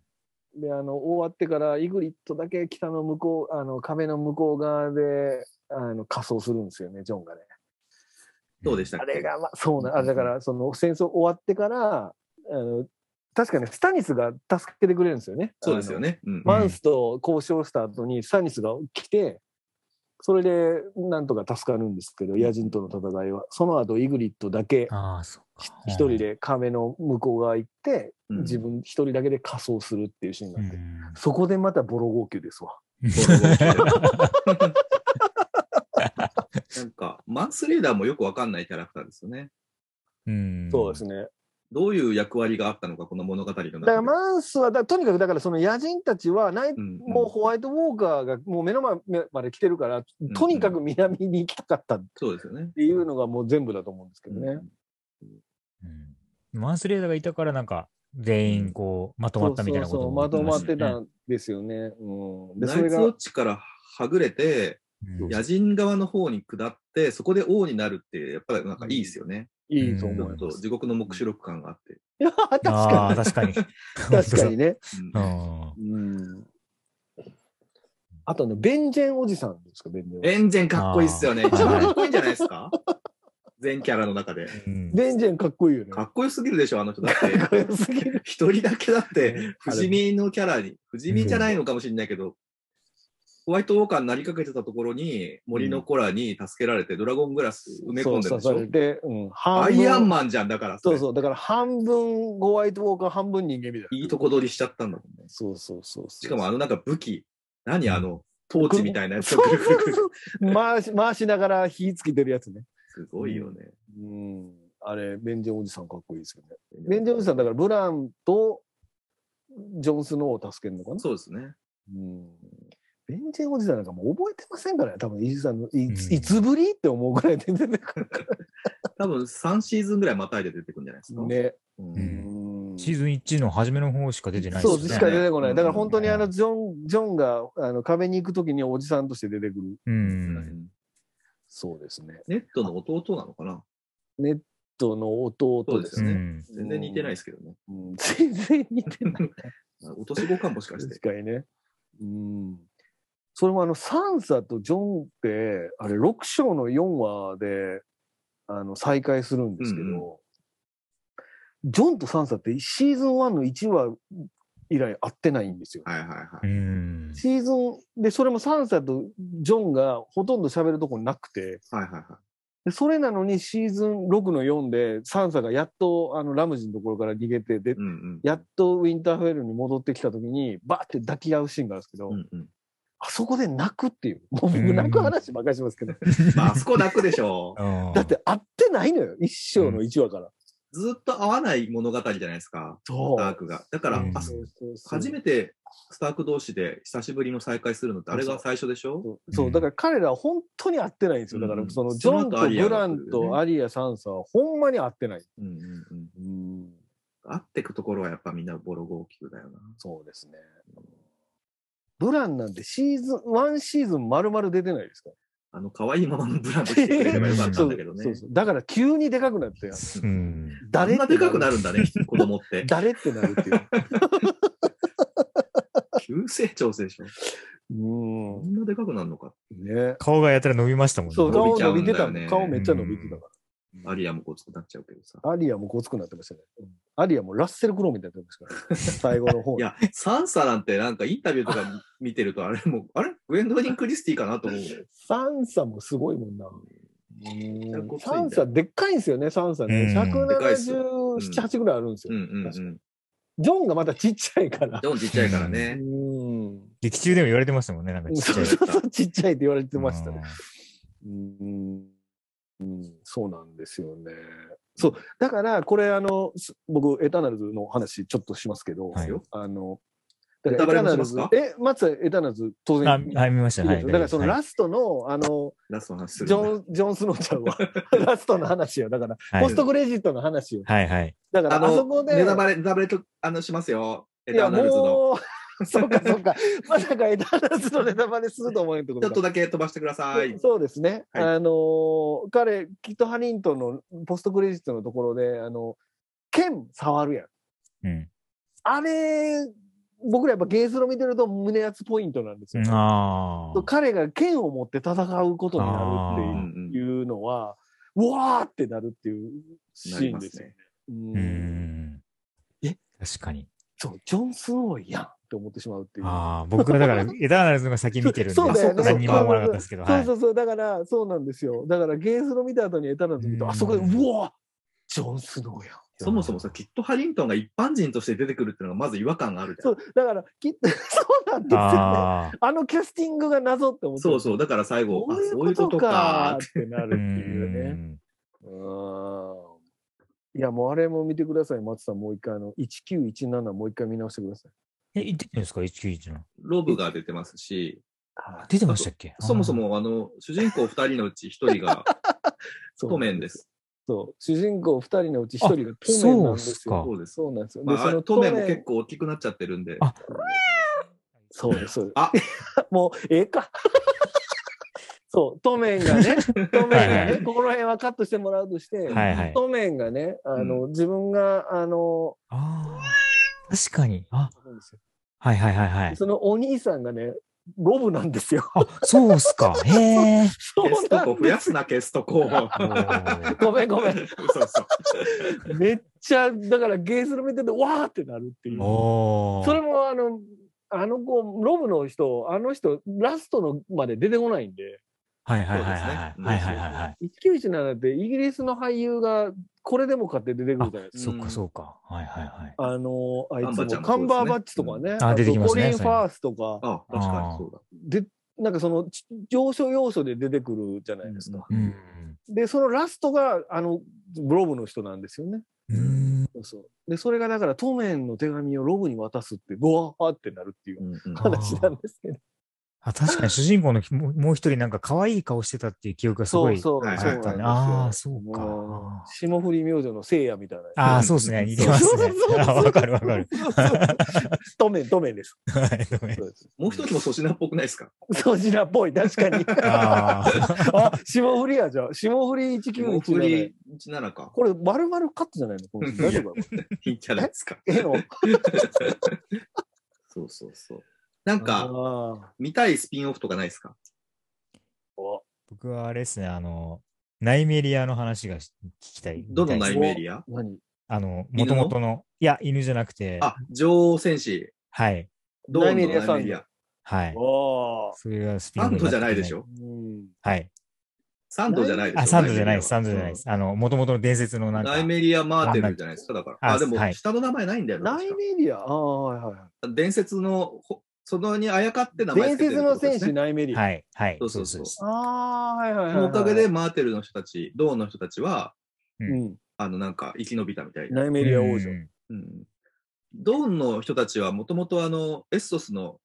S2: で、あの、終わってから、イグリットだけ北の向こう、あの、壁の向こう側で、あの、仮装するんですよね、ジョンがね。
S1: どうでしたっ
S2: あ
S1: け
S2: れが、まあ、そうな、あだから、その戦争終わってから、あの、確かね、スタニスが助けてくれるんですよね。
S1: そうですよね。うん
S2: あの。マンスと交渉した後に、スタニスが来て、それで、なんとか助かるんですけど、野人との戦いは。その後、イグリットだけ、
S3: ああ、そっか。
S2: 一人で壁の向こう側行って、
S1: うん
S2: 自分一人だけで仮装するっていうシーンが
S3: う
S2: あって、
S3: ん。
S2: そこでまたボロ号泣ですわ。
S1: なんか、マンスリーダーもよくわかんないキャラクターですよね。
S3: うん。
S2: そうですね。
S1: どういう役割があったのか、この物語の中で。
S2: だからマンスはだ、とにかくだからその野人たちはない、
S1: うんうん
S2: もうホワイトウォーカーがもう目の前まで来てるから、
S1: ん
S2: とにかく南に行きたかったっ
S1: そうですよね。
S2: ていうのがもう全部だと思うんですけどね。
S1: うん
S3: うん。マンスレーダーがいたからなんか、全員こう、まとまったみたいなこと
S2: そうそう
S3: も
S2: まとまって
S3: 言
S2: た
S3: っ
S2: んですよね。うん、で、
S1: ナ
S2: そ
S1: イ
S2: れ
S1: ツ
S2: が
S1: ウォッチからはぐれて、
S3: てましたね。
S1: 野人側の方に下って、そこで王になるって、やっぱりなんかいいですよね。
S2: いいと思
S1: ちょ
S2: い
S1: っ
S2: ま
S1: と
S2: す。
S1: 地獄の目視録感があって。
S2: いや、確
S3: うんああ、
S2: か
S3: 確かに。
S2: に。 確かにね。
S1: うん
S3: うん。
S2: うん。あとね、ベンジェンおじさんですか、ベンジェンおじさん。
S1: エンジェンかっこいいっすよね。
S3: あー
S1: 一番かっこいいんじゃないですか全キャラの中で。
S3: うん
S2: ベンジェンかっこいいよね。
S1: かっこよすぎるでしょ、あの人だって。
S2: こよすぎる。
S1: 一人だけだって、不死身のキャラに、不死身じゃないのかもしれないけど、ホワイトウォーカーになりかけてたところに、森の子らに助けられて、ドラゴングラス埋め込んでるでし
S2: そう刺さ
S1: ょ。
S2: れてうん、半分
S1: アイアンマンじゃん、だから。
S2: そう
S1: う。
S2: そう、だから半分ホワイトウォーカー、半分人間みたいな。
S1: いいとこ取りしちゃったんだもんね。
S2: そうそうそうそう。
S1: しかもあ
S2: の、
S1: のなんか武器、何あの、トーチみたいなやつをぐるぐるぐる。
S2: 回し、回しながら火つけてるやつね。
S1: すごいよね。
S2: うん。あれ、ベンジェンおじさんかっこいいですよね。ベンジェンおじさん、だからブランとジョン・スノーを助けるのかな
S1: そうですね。
S2: うん。ベンジェンおじさんなんかもう覚えてませんからね、多分、イジさんのいつ、
S3: うん
S2: いつぶりって思うぐらいで出てくるか。。
S1: 多分3シーズンぐらいまたいで出てくるんじゃないですから
S2: ね。
S1: うん
S3: う
S2: うんん
S3: シーズン1の初めの方しか出てない
S2: そう
S1: ですね
S2: しか出てこな
S1: う
S2: い。
S1: ん
S2: だから本当にあの、ジョン、ジョンが、あの、壁に行くときにおじさんとして出てくる。
S3: う。
S1: うんん
S2: そうですね。
S1: ネットの弟なのかな
S2: ネットの弟です
S3: う
S1: そう
S2: ね。
S3: ん。
S1: 全然似てないですけどね。
S2: うん全然似てない。
S1: お年子かもしかして
S2: 確。かにね。うん。それもあの、サンサとジョンって、あれ、6章の4話で、あの、再会するんですけど、
S1: うん
S2: ジョンとサンサってシーズン1の1話以来会ってないんですよ。
S1: はいはいは
S3: う
S1: い。
S3: ん。
S2: シーズン、で、それもサンサとジョンがほとんど喋るとこなくて、
S1: はいはいはい。
S2: でそれなのにシーズン6の4でサンサがやっとあのラムジンのところから逃げてで、
S1: うんうん。
S2: やっとウィンターフェルに戻ってきた時にバーって抱き合うシーンがあるんですけど、
S1: うんうん。
S2: あそこで泣くっていうもう
S3: う
S2: 僕
S3: ん
S2: 泣く話ばっかりしますけど、
S1: まあ、あそこ泣くでしょう。
S2: だって会ってないのよ一章の1話から、
S1: ずっと会わない物語じゃないですか、ス
S2: そ
S1: タークが。だから
S3: うん、
S1: あそ初めてスターク同士で久しぶりの再会するのって、あれが最初でしょ
S2: そうそうだから彼らは本当に会ってないんですよだからそのジョンとブランとアリア・サンサはほんまに会ってない、
S1: うんうんうん。
S2: うん、
S1: 会ってくところはやっぱみんなボロ号泣だよな。
S2: そうですねブランなんてシーズン1シーズン丸々出てないですから
S1: あの、可愛いままのブランドしてくれればよかったんだけどね。
S2: そうそうそうだから急にでかくなって
S3: うん。
S1: あ
S2: 誰
S1: んな
S2: って
S1: でかくなるんだね、子供っ て。
S2: 誰ってなるっていう
S1: 急成長するでしょ。こ
S2: うん
S1: なでかくなるのか。
S2: んね
S3: 顔がやたら伸びましたもんね。
S2: そう
S1: 伸び
S2: 顔
S1: ちゃ
S2: 伸
S1: うん
S2: び
S1: だ
S2: て
S1: よ
S2: た
S1: ね
S2: 顔めっちゃ伸びてたから
S1: アリアもごつくなっちゃうけどさ。
S2: アリアもごつくなってましたね。うんアリアもラッセル・クロウみたいになって ましたから、最後の方
S1: い。や、サンサなんてなんかインタビューとか見見てると、あれ もう、あれグェンドリン・クリスティかなと思う。
S2: サンサもすごいもんな。
S1: ん
S2: うんサンサでっかいんですよね、サンサね。
S3: うん
S2: 177、
S1: でかいっすようん
S2: 8ぐらいあるんです
S1: う
S2: よ。
S1: んうんうん。ジ
S2: ジョンがまたちっちゃいから。
S1: ョンちっちゃいから
S2: う
S1: ね。
S2: ん。
S3: 劇中でも言われてましたもんね、なんかちっち
S2: そ
S3: ゃ
S2: う
S3: い。
S2: そうそう、ちっちゃいって言われてましたね。
S3: うん
S2: うん、うんそうなんですよね。そう、だから、これ、あの、す僕、エターナルズの話、ちょっとしますけど、
S3: はい
S2: あの、だ
S1: ネタバレもし
S2: ル
S1: ます
S2: ズ
S1: か、
S2: え、松さんエターナルズ、当然、
S3: あ、
S2: 見て
S3: はい、見ました。
S2: る
S3: は
S2: で
S3: い。
S2: しょだから、その
S3: はい
S2: ラストの、あの、
S1: ラストの話す
S2: ジ
S1: る。
S2: ョン、ジョン・スノーちゃ んは、ラストの話よ。だから、
S3: はい
S2: ポストクレジットの話よ。
S3: はいはい。
S2: だか
S1: あ
S2: ら、あそ
S1: の
S2: こ、で、
S1: ネタバレ、ネタバレと、あの、しますよ。エ
S2: い
S1: タ
S2: や、
S1: ーナルズの。
S2: もう、 そっかそっか、まさかエターナルズのネタバレすると思うってこ
S1: ちょっ
S2: とか
S1: とだけ飛ばしてください。
S2: そうですね。
S1: はい
S2: あのー彼、キット・ハリントンのポストクレジットのところで、あの、剣触るやん。
S3: うん。
S2: あれ、僕らやっぱゲースロ見てると胸熱ポイントなんですよ。
S3: ああ。
S2: 彼が剣を持って戦うことにな
S1: うんう
S2: るって
S1: ん。
S2: いうのは、うわーってなるっていうシ
S1: なり
S2: ーン
S1: ま
S2: ですすよ。
S1: ね。
S2: うん
S3: うん。
S2: え
S3: 確かに。
S2: そう、ジョン・スノーやんって思ってしまうっていう。
S3: ああ、僕は だから、エターナルズの方が先見てるんで、
S2: そう
S1: だよね
S3: 何にも思わなかったですけど、は
S2: そう
S3: い
S2: そ。うそう、だから、そうなんですよ。だから、ゲースロ見た後にエターナルズ見る
S3: う
S2: と、
S3: ん
S2: あそこで、うわジョン・スノーやん。
S1: そもそもさ、キット・ハリントンが一般人として出てくるっていうのがまず違和感があるじゃ
S2: そ
S1: ん
S2: う、だから、きっと、 そうなんですよね。あ
S3: ああ。
S2: のキャスティングが謎って思って。
S1: そうそう、だから最後、あ
S2: そ
S1: そううい
S2: い
S1: うう
S2: こ
S1: ことと
S2: か
S1: か
S2: っ。てなるっていうね。うんいや、もうあれも見てください、松さん、もう一回、あの、1917もう一回見直してください。
S3: え、出てるんですか ?191 の。
S1: ロブが出てますし、
S2: はい
S3: 出てましたっけ
S1: そもそ。も、あの、主人公二人のうち一人 が
S2: そう
S1: トメンです。
S2: そう、主人公二人のうち一人がトメンなんです
S3: あ
S2: よ。
S1: そうです。
S2: そうなんですよ。
S1: ま
S2: で、そ
S1: あ、
S2: の
S1: ト
S2: ト
S1: メ
S2: メン
S1: ンも結構大きくなっちゃってるんで、
S3: あ
S2: そうです、そうです。
S1: あ
S2: もう、ええか。 そう、トメンがね、トメンがね、
S3: はいはい
S2: ここら辺はカットしてもらうとして、
S3: あーはいはい。
S2: トメンがね、あの、自分が、あの、
S3: ああ。確かに。あ、はいはいはいはい。
S2: そのお兄さんがね、ロブなんですよ。
S3: あ、そうっすか。へえ。
S2: そう
S1: ゲスト
S2: な
S1: コ
S2: ん
S1: 増やすな、ゲストコ
S2: ごめんごめん。
S1: そう そう。
S2: めっちゃ、だからゲースの見てて、わーってなるっていう。
S3: おお。
S2: それもあの、あの子、ロブの人、あの人、ラストのまで出てこないんで、
S3: はいはいはいはい。はいはいはいはい。
S2: 1917ってイギリスの俳優がこれでもかって出てくるじゃないですか。
S3: そっかそっか。はいはいはい。
S2: あの、あい
S1: カンバちゃんもそう
S2: つも
S1: ですね
S2: カンバーバッチとかね、
S3: んあ出てきますね
S2: コリン・フ
S3: そういうの
S2: ァースとか、
S1: あ、確かにそうだ。
S2: で、なんかその、ち要所要所で出てくるじゃないですか。
S3: うん。
S2: で、そのラストが、あの、ロブの人なんですよね。
S3: うん。
S2: そうそう。で、それがだから、当面の手紙をロブに渡すって、ゴワーってなるっていう
S1: うんうん
S3: あ
S2: 話なんですけど。
S3: あ、確かに主人公のもうもう一人なんか可愛い顔してたっていう記憶がすご
S2: そう
S3: い。
S2: そう、
S1: はい
S2: そ
S1: はい
S2: うなんですよ。
S3: ああ、そう
S2: も
S3: か
S2: う。霜降り明星の聖夜みたいな。
S3: ああ、そうですね。似てますね
S2: そうそうそう。
S3: あわかるわかる。
S2: トメン、トメンです。
S3: はいごめ ん
S2: そうです
S1: もう一人も粗品っぽくないですか
S2: ソジラっぽい、確か に。
S3: ああ。
S2: あ、霜降りやじゃあ。霜降り
S1: も振
S2: 1917
S1: り。17か。
S2: これ、丸々カットじゃないのこの人大丈夫かない
S1: いんじゃないですか。
S2: ええの
S1: そうそうそう。なんか、
S2: あ
S1: 見たいスピンオフとかないですか
S2: ー
S3: 僕はあれですね、あの、ナイメリアの話がし聞きたい。
S1: どのナイメリア
S2: 何
S3: あの、も
S1: 犬
S3: と
S1: の
S3: もとの、いや、犬じゃなくて、
S1: あ、女王戦士。
S3: はい、
S1: どうのナイ
S2: ナイメリアさん
S1: メリア。
S3: はい。
S2: ああ。
S3: それがスピン
S1: サ
S3: オフ
S1: ン
S3: に
S1: ド
S3: なっ
S1: じ
S3: て
S1: ゃないでしょ
S2: うん。
S3: はい。
S1: サンドじゃないでしょ
S3: あ、サンドじゃないです、サ
S1: ナイ
S3: ンド
S1: メリアは
S3: じゃないです。あの、もともとの伝説のなんか
S1: ナイ、メリア・マーテルじゃないですか、だから。
S3: あ
S1: あ、でも
S3: は、い
S1: 下の名前ないんだよな
S2: ナイメリア。ああ、はいはいはい。
S1: 確か伝説の、ほそのにあやかって名前
S2: 伝
S1: つけて
S2: 説
S1: るってこと
S2: の
S1: で
S2: 戦
S1: す
S2: 士
S1: ね。
S2: ナイメリア。
S3: はい、はい。
S1: そうそうそう
S3: ですで
S2: あ
S3: す
S2: あ、はいはいはい
S1: そ
S2: はい。
S1: のおかげで、、マーテルの人たち、ドーンの人たちは、
S2: うん。
S1: あの、なんか、生き延びたみたいな。
S2: ナイメリア王
S3: う
S2: 女。
S3: ん
S1: うん。ドーンの人たちは、もともとあの、エッソスの、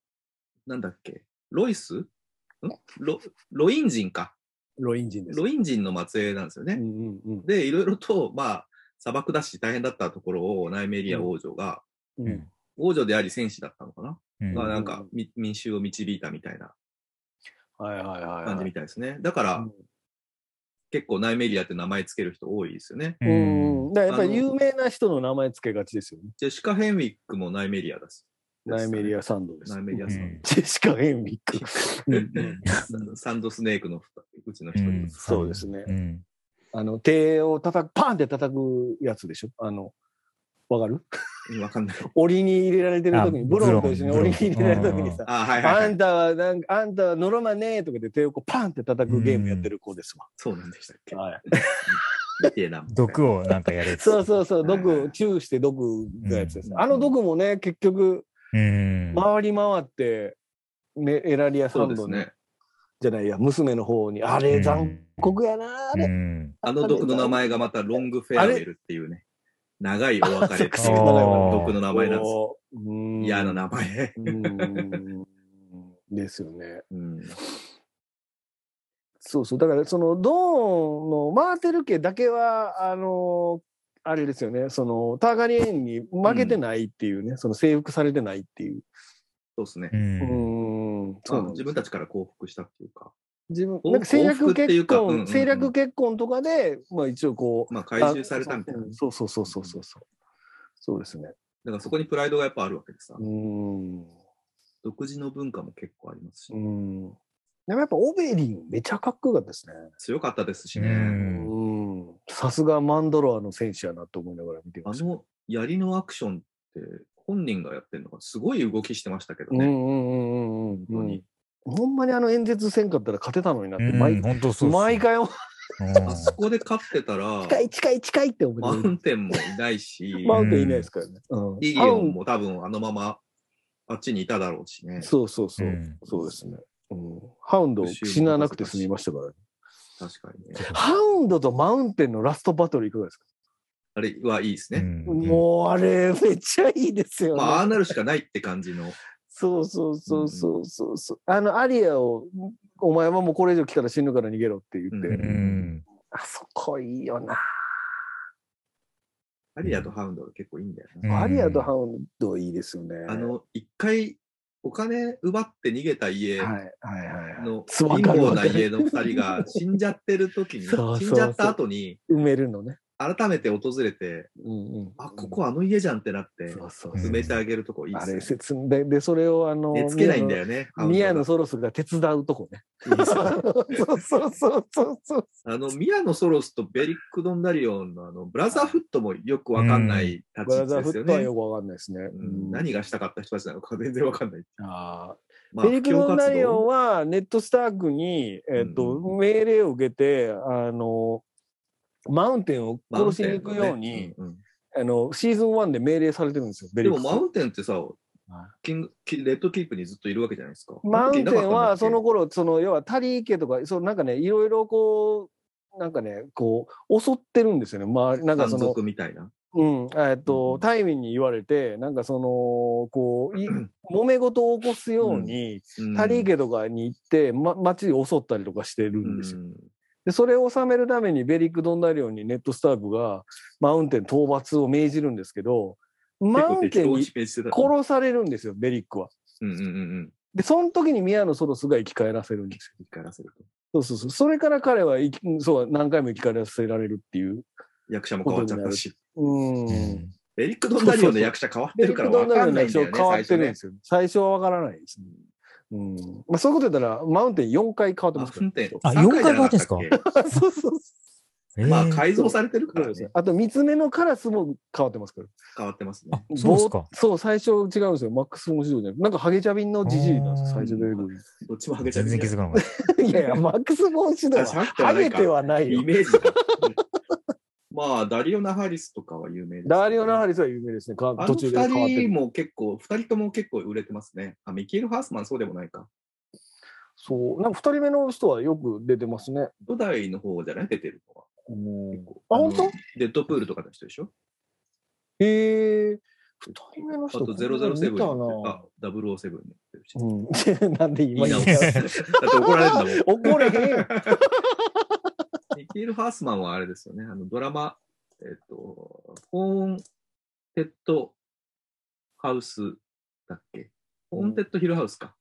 S1: なんだっけ、ロイスんロ、ロイン人か。
S2: ロイン人です。
S1: ロイン人の末裔なんですよ
S2: う
S1: ね。
S2: んうんうん。
S1: で、いろいろと、まあ、砂漠だし大変だったところをナイメリア王女が、
S2: う
S3: うんん。
S1: 王女であり戦士だったのかな、
S3: うん
S1: が
S2: まあ
S1: なんかみ民衆を導いたみたいな
S2: はいはいはい
S1: 感
S2: は
S1: じ
S2: い
S1: み。たいですね。だから、結構ナイメリアって名前つける人多いですよね。
S3: う
S2: うん
S3: ん。
S2: だからやっぱり有名な人の名前つけがちですよね。
S1: ジェシカ・ヘンウィックもナイメリアだし。
S2: ナイメリ
S1: ア。
S2: ア・サンドです。
S1: ナイメリア
S3: う
S1: さん。
S3: ん
S2: ジェシカ・ヘンビック。うん
S1: サンドスネークのうちの一人です、
S2: そうですね
S3: うん。
S2: あの、手を叩く、パンって叩くやつでしょあの、わかる
S1: うんわかんない。
S2: 檻に入れられてる時に、
S3: あ
S2: ブロンと一緒に
S3: ブロ
S2: 檻
S3: ン
S2: に入れられた時にさ、
S1: あーはいはい、
S2: あ
S1: はい
S2: ん。たは、なんか、あんたはのろまねえとかで手をこうパンって叩くゲームやってる子ですわ。
S1: そうなんでしたっけ。
S2: はい。
S1: 見てえな。
S3: 毒をなんかやる やつ。
S2: そうそうそう、
S1: う
S2: 毒、
S1: ん
S2: チューして毒がやつですね。
S1: うん
S2: あの毒もね、結局、
S3: うん。
S2: 回り回って、ね、エラリアサ
S1: そう
S2: ン
S1: で
S2: ド
S1: す
S2: の、
S1: ね。
S2: じゃないや、娘の方に、あ
S3: う
S2: れ
S3: ん
S2: 残酷やな、あれ。
S3: うん
S1: あの毒の名前がまたロングフェアウェルっていうね、長いお別れっていう
S3: あ
S1: 毒の名前なんですよ。
S2: うーん
S1: 嫌な名前。
S2: うーんですよね。
S1: うん。
S2: そうそう。だから、その、ドーンのマーテル家だけは、あの、あれですよね。その、ターガリエンに負けてないっていうね、その征服されてないっていう。
S1: そうですね
S3: う。
S2: うー
S3: ん。
S2: ん。
S1: そ
S2: そうう
S1: な
S2: なんん
S1: です自
S2: です
S1: 分たちから降伏したっていうか、
S2: 自分、
S1: 往
S2: なんか政
S1: 往復
S2: 略
S1: っていう
S2: 結
S1: かうんうんうん
S2: 婚、政略結婚とかで、まあ一応こう。
S1: まあ回収されたみたいな。
S2: あ
S1: だ
S2: そうそうそうそうそうそう。そうですね。
S1: からそこにプライドがやっぱあるわけでさ
S2: う、ーん。
S1: 独自の文化も結構ありますし
S2: う、ん。でもやっぱオベリンめちゃかっこよかったですね。
S1: 強かったですし
S3: う
S1: ね。
S3: ん
S2: うんさすがマンドロアの選手やなと思いながら見て
S1: あ
S2: ました。
S1: の槍のアクションって本人がやってるのがすごい動きしてましたけど
S2: うんう
S1: ね。
S2: んうんうん
S1: 本当
S2: う
S1: に
S2: ん。ほんまにあの演説せんかったら勝てたのになって、
S3: うん
S2: 毎
S3: 本当そうっすね
S2: 毎回、
S3: うん
S1: あそこで勝ってたら、
S2: 近い近い近いって思
S1: マウ
S2: って
S1: ンテンもいないし、
S2: マウントいないですからね。うん
S1: リリオンも多分あのままあっちにいただろうしね。
S2: そうそうそうう。
S3: ん
S2: そうですね。うんハウンド死ななくて済みましたからね。
S1: 確かにね。
S2: ハウンドとマウンテンのラストバトルいかがですか
S1: あれはいいです
S3: う
S1: ね。
S3: ん
S2: もうあれめっちゃいいですよね。
S1: まあ、ああなるしかないって感じの。
S2: そうそうそうそうそうそう。あの、アリアを、お前はもうこれ以上来たら死ぬから逃げろって言って。
S1: うん
S3: うん
S2: あそこいいよな。
S1: アリアとハウンドが結構いいんだよ
S3: うん
S1: な。
S2: アリアとハウンドいいですよね。
S1: あの、一回、お金奪って逃げた家
S2: はい
S1: の、
S2: はいはいはい。
S1: 貧
S2: わかる
S1: 乏な家の二人が死んじゃってる時に、
S2: そうそう
S1: 死んじゃった後に、
S2: 埋めるのね。
S1: 改めて訪れて、
S2: うんうん。
S1: あ、ここあの家じゃんってなって、
S2: そうそうそ
S1: 埋
S2: う。
S1: めてあげるとこいい
S2: あ
S1: っ
S2: れ、
S1: すね。
S2: 説明で、で、それをあの、
S1: 寝つけないんだよね。
S2: 宮野。宮
S1: ハウ
S2: 野
S1: ン
S2: ソロスが手伝うとこね。
S1: ドがいいっすね
S2: そうそうそうそうそう。
S1: あの、宮野ソロスとベリック・ドンダリオンのあの、ブラザーフットもよくわかんない立
S2: ブ
S1: ち位
S2: ラザー
S1: 置で
S2: フ
S1: すよ
S2: ットは
S1: ね
S2: よ。くわかんないですね。
S1: うん何がしたかった人たちなのか全然わかんない。
S2: ああ。
S1: まあ
S2: フェリック・ロンダリオ
S1: 布
S2: ン
S1: 教活動
S2: はネット・スタークに、えっと
S1: うん
S2: 命令を受けてあのマウンテンを殺しに行くよう
S1: マウ
S2: に、
S1: ンテンのねうんうん
S2: あのシーズン1で命令されてるんですよベ
S1: で
S2: リッ
S1: も
S2: ク
S1: マウンテンってさ、キングキレッドキープにずっといるわけじゃないですか。
S2: マウンテンはそ
S1: 後、
S2: の頃その要はタリー家とかそうなんかねいろいろこうなんかねこう襲ってるんですよね、まあ、なんか
S1: 山
S2: その
S1: 賊みたいな。
S2: うん、えっ
S1: う
S2: と
S1: ん
S2: タイミンに言われてなんかそのこ うい揉め事を起こすように、
S1: うん
S2: タリー家とかに行って、ま、町で襲ったりとかしてるんですよ。
S1: うん
S2: で、それを収めるためにベリック・ドンダリオンにネットスターブがマウンテン討伐を命じるんですけど、マウンテ
S1: 結構
S2: ンに
S1: 適当に指名してた
S2: 殺されるんですよ、ベリックは。
S1: うんうんうんうん。
S2: で、その時に宮野ソロスが生き返らせるんですよ。
S1: 一回やらせると。
S2: そうそうそう。それから彼は生きそう、何回も生き返らせられるっていう。
S1: 役者も変わっちゃったし。
S2: うん。
S1: ベリック・ドンダリオンの役者変わって
S2: ベ
S1: る
S2: リッ
S1: から
S2: ク・ド
S1: わ
S2: ンダリ
S1: か
S2: オ
S1: ん
S2: ン
S1: な
S2: の
S1: いんだ
S2: 人
S1: よ
S2: は
S1: ね。
S2: 変わって
S1: 最
S2: るんですよ。最初はわからないですね。うん。まあそういうこと言ったら、マウンテン4回変わってます
S1: 初
S2: か
S1: ねマウ
S2: ら
S1: ンテン。
S3: あ
S1: 三回じゃな
S3: 四回変
S1: かっ
S2: あ そうそう
S1: たっけまあ
S3: か
S1: 改造されてるから
S2: そう
S1: ね。
S2: あと、三つ目のカラスも変わってますから。
S1: 変わってますね。
S3: そうっすか
S2: ぼー。そう、最初違うんですよ。マックス面白いじゃなくてなんかハゲチャビンのジジイなんですよ、最初出てく
S1: どっちもハゲちゃ
S3: 全
S1: う。
S3: 然気づかなかっ
S2: る。いやいや、マックス面白い
S1: あ
S2: は。
S1: シャークは
S2: ハ
S1: ない
S2: ゲ
S1: か
S2: てはないよ
S1: イ。メージが。 まあ、ダリオ・ナハリスとかは有名です。
S2: ダーリオ・ナハリスは有名ですね。か
S1: あの
S2: 途中から変わっ
S1: 二
S2: て
S1: 人
S2: る。
S1: も結構、二人とも結構売れてますね。あ、ミキール・ハースマンそうでもないか。
S2: そう。なんか二人目の人はよく出てますね。
S1: 初代の方じゃない出てるのは。結構
S2: あ
S1: の
S2: 本当
S1: デッドプールとかの人でしょ
S2: へえ。二人目の
S1: あ
S2: 人
S1: と007
S2: 見
S1: に
S2: た
S1: あ
S2: な。、
S1: 007になってるし。
S2: うん。 なんで今
S1: いい
S2: 言
S1: な
S2: っ
S1: だって
S2: た
S1: 怒られるんだもん。
S2: 怒れへんよ。
S1: ミキール・ハースマンはあれですよね。あの、ドラマ、えっと、ホーンテッドハウスだっけホーンテッドヒルハウスか。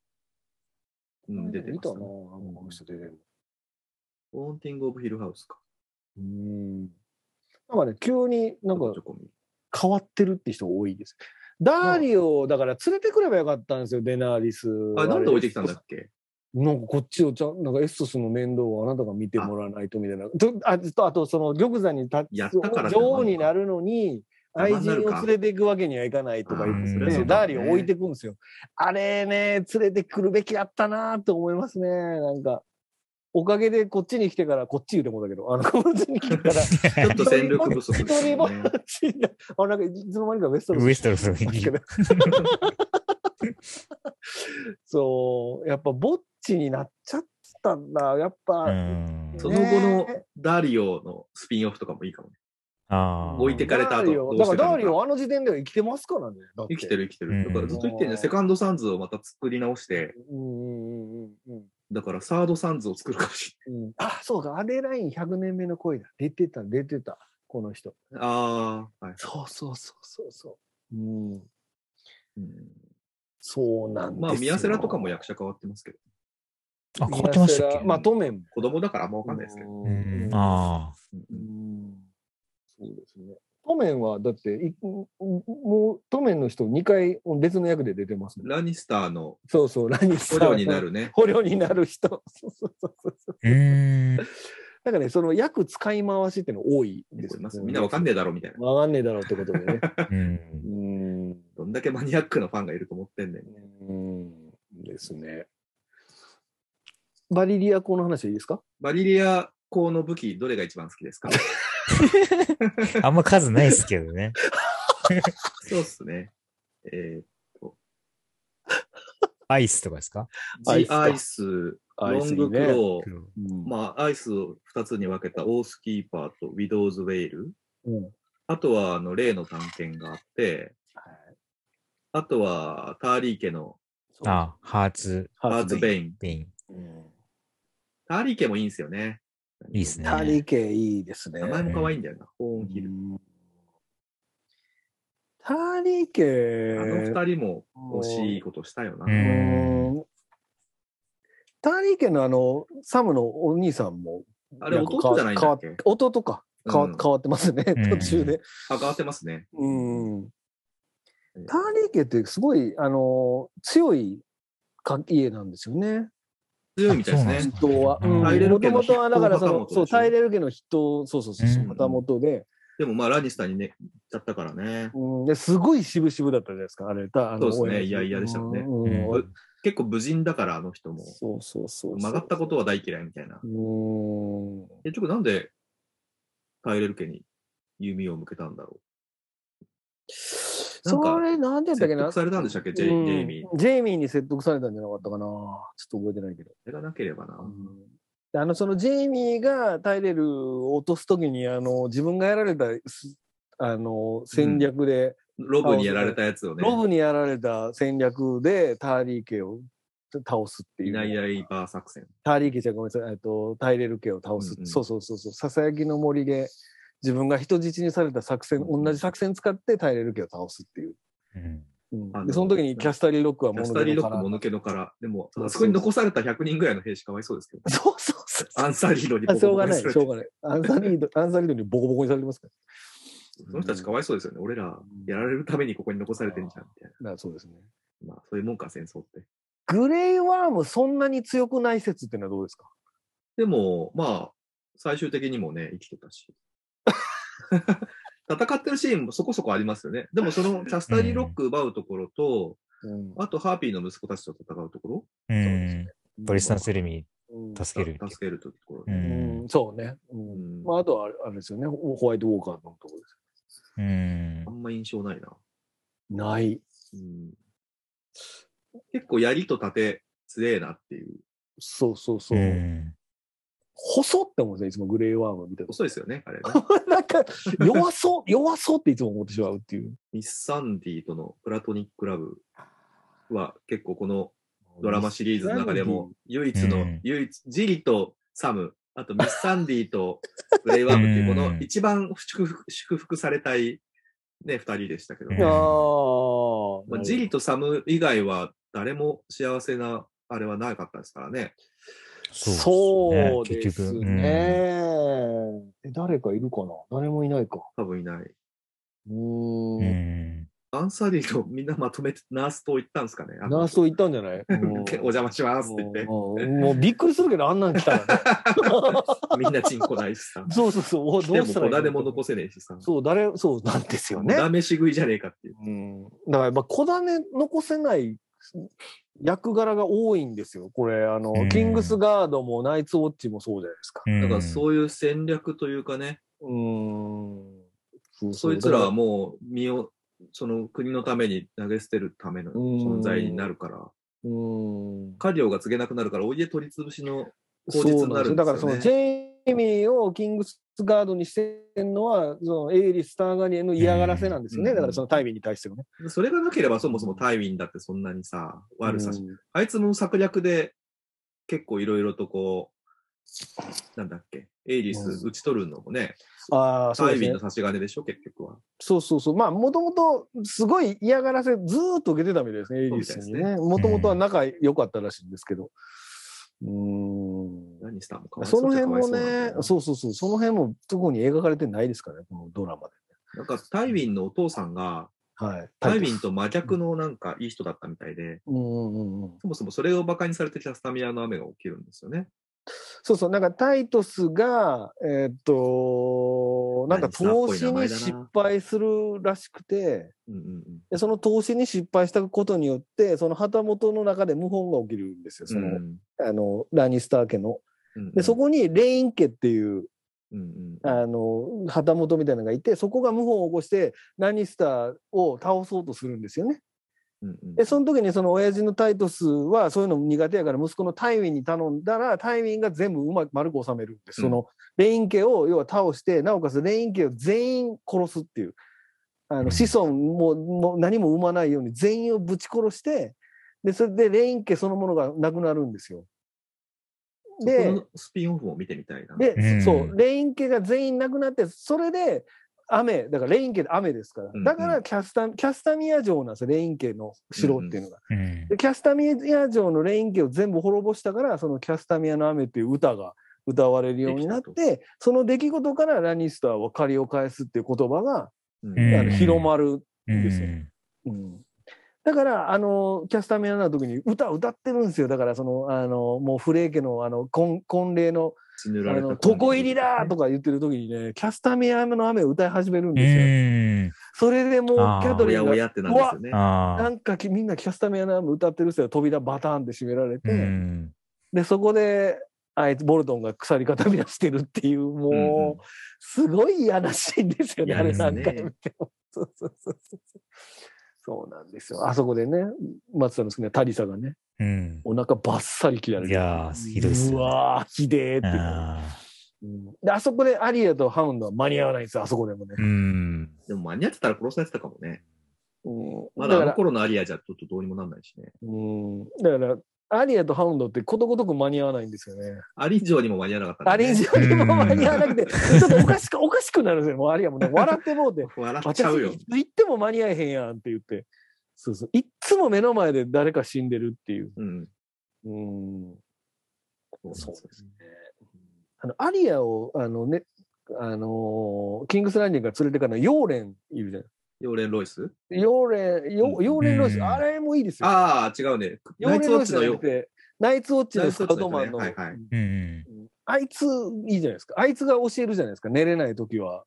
S1: うん、出て
S2: 見
S1: ま
S2: た
S1: す
S2: な。
S1: ね。
S2: この人出てる。
S1: ホーンティング・オブ・ヒルハウスか。
S2: うん。なんかね、急になんか
S1: ちょこ見る
S2: 変わってるって人多いです。ダーリオをだから連れてくればよかったんですよ、デナーリス。
S1: あ、なんで置いてきたんだっけ
S2: なんかこっちをちゃん、なんかエッソスの面倒をあなたが見てもらわないとみたいな。とあと、あと、その玉座に立
S1: やっ
S2: つ
S1: たからって
S2: 女
S1: のもあ
S2: 王
S1: るのか
S2: になるのに、愛
S1: 邪魔に
S2: 人
S1: なる
S2: を
S1: か
S2: 連れていくわけにはいかないとか言って、
S3: あー
S2: そ
S3: そ
S2: れ
S3: りゃそうだ
S2: で
S3: ね
S2: ダーリンを置いてくんですよ。あれね、連れてくるべきだったなと思いますね。なんか、おかげでこっちに来てから、こっち言うてもだけど、あの、こっちに来て から、
S1: ちょっと戦力不足
S2: 一
S1: です
S2: 人
S1: よ
S2: ぼっ
S1: ね。
S2: ちになるあ、なんかいつの間にかウエストロス
S3: ウエストロス
S2: だ
S3: の
S2: けどそう、やっぱぼっちになっちゃったんだ。やっぱ、
S3: うん
S1: その後のダリオのスピンオフとかもいいかもね。
S3: あー
S1: 置いてかれた
S2: ダー
S1: 後
S2: リオ
S1: どう
S2: だ
S1: し
S2: か
S1: て
S2: ら
S1: たのか
S2: ダーリオあの時点では生きてますからね。だって
S1: 生きてる生きて
S3: うん
S1: る。だからずっと言ってんね、セカンドサンズをまた作り直して、
S2: うんうんうんうん
S1: だからサードサンズを作るかもし
S2: うん。あ、そうか。アデライン100年目の恋だ。出てた、出てた。この人。
S1: れない。ああ、はい。
S2: そうそうそうそうそう。うん。
S1: うん
S2: そうなんですよ
S1: まあ、宮セラとかも役者変わってますけど、
S3: あ、変わってました
S2: ミヤ
S3: っけ
S2: セラまあ、トメンも。
S1: 子供だからあんまわかんないですけど。
S3: う
S2: うん
S3: ん。あ
S1: うん
S2: う
S1: うん
S2: んそうですね。トメンはだっていもうトメンの人2回別の役で出てますもん
S1: ラニスターの
S2: そうそう、ラニス
S1: 捕
S2: ター
S1: 虜にな。るね。
S2: 捕虜になる人。そうそうそうそう。
S3: あ。うーん。
S2: だからね、その役使い回しっていうの多いです
S1: 思い
S2: よ
S1: ますみんなわかんねえだろみたいな。
S2: わかんねえだろうってことでね。
S3: うん
S2: うん。う
S1: どんだけマニアックなファンがいると思ってん ねん。
S2: ん。ですね。バリリア校の話はいいですか
S1: バリリア校の武器、どれが一番好き ですか
S3: あんま数ないですけどね。
S1: そうっすね。え
S3: アイスとかですか
S1: ー、ジ
S2: ア
S1: ア
S2: イ
S1: イス、
S2: ア
S1: ロ
S2: イス
S1: ン
S2: い
S1: グ
S2: いね
S1: クロー、
S2: うん
S1: まあ、アイスを2つに分けたオースキーパーとウィドウズ・ウェイル。
S2: うん
S1: あとは、あの、例の探検があって、あとは、ターリー家の
S3: あ、ハーツ、
S2: ハ
S1: ハーツ・ベイン。
S3: ベイン。
S2: うん
S1: ターリー家もいいんですよね。
S3: いいですね。
S2: タリケいいですね。
S1: 名前も可愛いんだよな。ホーンヒル。
S2: タリケ
S1: あの二人も惜しいことしたよな。
S3: うん
S2: うんタリケのあのサムのお兄さんも
S1: あれ
S2: なんか
S1: 弟じゃないんだっけ
S2: 変わ変わ弟か変わ,、
S1: うん
S2: 変わってますね
S3: うん
S2: 途中で。
S1: あ、変わってますね。
S2: うんタリケってすごいあの強いか家なんですよね。
S1: 強いみたいです
S3: あそうなん
S1: ね
S3: で。
S2: 人は。
S3: うんタイレ
S1: ル
S2: も
S1: 家
S2: と
S1: の
S2: も
S1: 筆
S2: と
S1: 頭
S2: はだからそ
S1: 旗
S2: の
S1: 本でしょ
S2: そうタイレル家の筆頭そうそうそうそう
S3: うん
S2: 旗本で。
S1: でもまあ、ラニスターにね、行っちゃったからね。
S2: うん、ですごい渋々だったじゃないですか、あれ。たあの
S1: そうですね
S2: 親父
S1: いやいやでしたもんね
S2: うん
S3: うん
S2: うん
S1: 結構無人だから、あの人も。
S2: そうそうそう。
S1: 曲がったことは大嫌いみたいな
S2: う。ん。
S1: 結局なんで、タイレル家に弓を向けたんだろなんか
S2: それ、なんでや
S1: う。
S2: ったっけ
S1: 説
S2: な
S1: 得されたんでしたっけ、ジェイ
S2: うん
S1: ジェイミー。
S2: ジェイミーに説得されたんじゃなかったかな。ちょっと覚えてないけど。
S1: それがなければな。
S2: であの、そのジェイミーがタイレルを落とすときに、あの、自分がやられた、すあの、戦略で、
S1: ロブにやられたやつをね、
S2: ロブにやられた戦略で、ターリー家を倒すっていう。
S1: いないいないバー作戦。
S2: ターリー家じゃごめんなさい、えっと、タイレル家を倒す。
S1: うんうん
S2: そうそうそうそう。ささやきの森で、自分が人質にされた作戦、
S1: うん
S2: 同じ作戦使ってタイレル家を倒すっていう。
S3: うん
S2: うん
S1: あの
S2: でその時にキャスタリーロックは
S1: キャ
S2: 物
S1: ス
S2: の
S1: タ
S2: け
S1: リー
S2: の
S1: ロ
S2: か
S1: ック
S2: ら
S1: も抜けのから。でも、
S2: そうそう
S1: あそこに残された100人ぐらいの兵士かわいそうですけど。
S2: そうそうそう。
S1: アンサーリードに
S2: あ
S1: ボ
S2: し
S1: コ
S2: ょ
S1: ボコ
S2: うが
S1: に
S2: ない、
S1: され
S2: しょ
S1: て
S2: うがない。アンサリー ド、アンサリードにボコボコにされてますか
S1: その人たちかわいそうですよね。俺ら、やられるためにここに残されてんじゃん、みたい
S2: ら。なそうですね。
S1: な。まあ、そういうもんか、戦争って。
S2: グレイワームそんなに強くない説っていうのはどうですか
S1: でも、まあ、最終的にもね、生きてたし。 戦ってるシーンもそこそこありますよね。でも、その、キャスタリーロック奪うところと、
S2: うん
S1: あと、ハーピーの息子たちと戦うところ、
S3: うん。ボリスタン・セルミ
S2: うん
S3: 助ける。
S1: 助けるところ
S3: う
S1: ね。
S2: うん
S3: ん。
S2: そうね。うん
S1: うん
S2: まあ、あとはあれあれですよね。ホホワイトウォーカーのところです。
S3: うん
S1: あ。んま印象ないな。
S2: ない。
S1: うん、結構、槍と盾、強えなっていう。
S2: そうそうそうう。
S3: ん。
S2: 細って思うんですよ、いつもグレーワームみたいな。
S1: 遅いですよね、あれね。
S2: なんか、弱そう、弱そうっていつも思ってしまうっていう。
S1: ミス・サンディとのプラトニック・ラブは結構このドラマシリーズの中でも唯一の、
S3: うん
S1: 唯一、ジリとサム、あとミス・サンディとブレイワームっていうこの一番祝福祝福されたいね、二人でしたけど、
S3: うん
S2: ああ
S1: ま
S2: なるほど
S1: あ、ジリとサム以外は誰も幸せなあれはなかったですからね。
S2: そう
S3: っすね
S2: ですね。。え誰かいるかな誰もいないか。
S1: 多分いない。
S2: うーん。
S3: 結局うんうん
S1: アンサーディをみんなまとめてナース島行ったんですかね。あの
S2: ナースと行ったんじゃ ないも
S1: お邪魔しますって言って
S2: う、もうもうびっくりするけど、あんなん来たら ね。。
S1: みんなチンこないしさ
S2: そうそうそう、お
S1: 来
S2: ど
S1: て
S2: う
S1: も
S2: したらい
S1: 粉
S2: いの
S1: でも残せねえしさ。
S2: そう、誰、そうなんですよね。
S1: ダメし食いじゃねえかっていう。
S2: うん。だからやっぱ小種残せない役柄が多いんですよ。これ、あの、
S3: うん
S2: キングスガードもナイツウォッチもそうじゃないですか。
S1: だから
S3: う
S1: そういう戦略というかね、
S2: うん。そう
S1: そいつらはもう身を、その国のために投げ捨てるための存在になるから、
S2: うん。
S1: 家業が告げなくなるから、お家取り潰しの、口実
S2: そう
S1: になん
S2: なです
S1: る
S2: よ。
S1: んですよね
S2: だからそのジェイミーをキングスガードにしてるのは、そのエイリス・ターガニエの嫌がらせなんですよね。
S1: うん
S2: だからそのタイビーに対してもね。
S1: それがなければそもそもタイウィンだってそんなにさ、悪さし、
S2: うん
S1: あいつの策略で結構いろいろとこう、なんだっけ、エイリス
S2: うん
S1: 打ち取るのもね、
S2: ああ、そう
S1: タイ
S2: で
S1: ウィ
S2: す
S1: ン
S2: ね
S1: の。差し金でしょ、結局は。
S2: そうそうそう。まあ、もともと、すごい嫌がらせ、ずーっと受けてたみたいですね、エイリスに
S1: そうみたい
S2: ね。もともとは仲良かったらしいんですけど。うーん。
S1: 何したのかわい
S2: そうの
S1: っちゃ
S2: 辺
S1: かわいそ
S2: も
S1: うなんだよ
S2: ね
S1: な、
S2: そうそうそう、その辺も特に描かれてないですからね、このドラマで。
S1: なんかタイウィンのお父さんが、
S2: はい。
S1: タイウィンと真逆のなんかいい人だったみたいで、
S2: うんうんうん。
S1: そもそもそれを馬鹿にされてキャスタミアの雨が起きるんですよね。
S2: そうそう、なんかタイトスが、えーっと、なんか投資に失敗するらしくて、
S1: うんうんうん。
S2: でその投資に失敗したことによって、その旗本の中で謀反が起きるんですよ、その、
S1: うん
S2: あの、ラニスター家の。
S1: うん
S2: で、そ、こにレイン家っていう、
S1: うんうん
S2: あの、旗本みたいなのがいて、そこが謀反を起こして、ラニスターを倒そうとするんですよね。
S1: うんうん
S2: で、その時にその親父のタイトスは、そういうの苦手やから、息子のタイウィンに頼んだら、タイウィンが全部うまく丸く収めるんです。
S1: うん
S2: その、レイン家を、要は倒して、なおかつレイン家を全員殺すっていう。あ
S3: うん
S2: の、子孫も、もう何も生まないように全員をぶち殺して、で、それでレイン家そのものがなくなるんですよ。で、
S1: そこのスピンオフも見てみたいな。
S2: で、
S3: うん
S2: そう、レイン家が全員なくなって、それで、雨、だからレイン家で雨ですから
S1: うんうん。
S2: だからキャスタ、キャスタミア城なんですよ、レイン家の城っていうのが。
S3: ん
S2: でキャスタミア城のレイン家を全部滅ぼしたから、そのキャスタミアの雨っていう歌が歌われるようになっ
S1: で
S2: て、その出来事からラニスターは借りを返すっていう言葉が、
S1: うん
S3: うん
S2: あの広まる。
S3: うん
S2: ですようんだから、あの、キャスタミアの時に歌歌ってるんですよ。だから、その、あの、もうフレー家の、あの、婚婚礼の、
S1: 血塗ら
S2: あ
S1: れた
S2: の、床入りだとか言ってる時にね、キャスタミアの雨を歌い始めるん
S3: う
S2: ですよ。
S3: ん
S2: それでもう、キ
S3: あー
S2: ャト
S1: お
S2: リ
S1: や
S2: ン
S1: お
S2: が、
S1: やってなんですよね。
S3: あ
S2: なんかきみんなキャスタミアの雨歌ってる人は扉バターンで閉められ
S3: ー
S2: て、
S3: うん
S2: で、そこで、あいつ、ボルトンが鎖固め出してるっていう、もう、
S1: うんうん
S2: すごい嫌なシーンですよね、
S1: 嫌
S2: あ
S1: で
S2: れ
S1: すね
S2: 何回見ても。そうそうそうそう。そうなんですよ。あそこでね、松田の好きなタリサがね、
S3: うん
S2: お腹ばっさり切られ
S3: い
S2: て。
S3: やー、ひどいっす
S2: う
S3: よね。
S2: わー、ひでえっていう
S3: あ
S2: うんで、あそこでアリアとハウンドは間に合わないんですよ、あそこでもね
S3: ー。うん。
S1: でも間に合ってたら殺されてたかもね。
S2: うん
S1: ま
S2: だ
S1: だ
S2: か
S1: あの
S2: ら、
S1: 頃のアリアじゃちょっとどうにもなんないしね。
S2: うん、だから、アリアとハウンドってことごとく間に合わないんですよね。
S1: アリ城にも間に合わなかった、ね。
S2: アリンジョにも間に合わなくて、ちょっとおかしく、お かしくなるんですよ、もうアリアもね、笑ってもうて。
S1: 笑っ
S2: 私
S1: ちゃうよ
S2: い。つ行っても間に合えへんやんって言って。そうそう。いっつも目の前で誰か死んでるっていう。
S1: うん。
S2: うん。そう
S1: で
S2: です
S1: ね。
S2: あの、アリアを、あのね、あのーキングスランディングが連れてからのヨーレンいるじゃ
S1: ヨーレン・ロイス
S2: ん。ヨーレン、ヨ
S1: うん
S2: ヨーレンロイ
S3: う
S2: ス、
S3: ん
S2: あれもいいですよ。
S1: ああ、違うね。
S2: ヨ
S1: ナ
S2: ー
S1: イ
S2: レ
S1: ツ
S2: ン
S1: ウォ
S2: ロ
S1: ッ
S2: イス
S1: チ
S2: じゃ
S1: の
S2: な
S1: よ
S2: く。て、ナイツウォッチのスカウトマンの。
S1: ナイツウォッチの人ねはいはい
S3: うん。
S2: うんあいつ、いいじゃないですか。あいつが教えるじゃないですか。寝れない時は。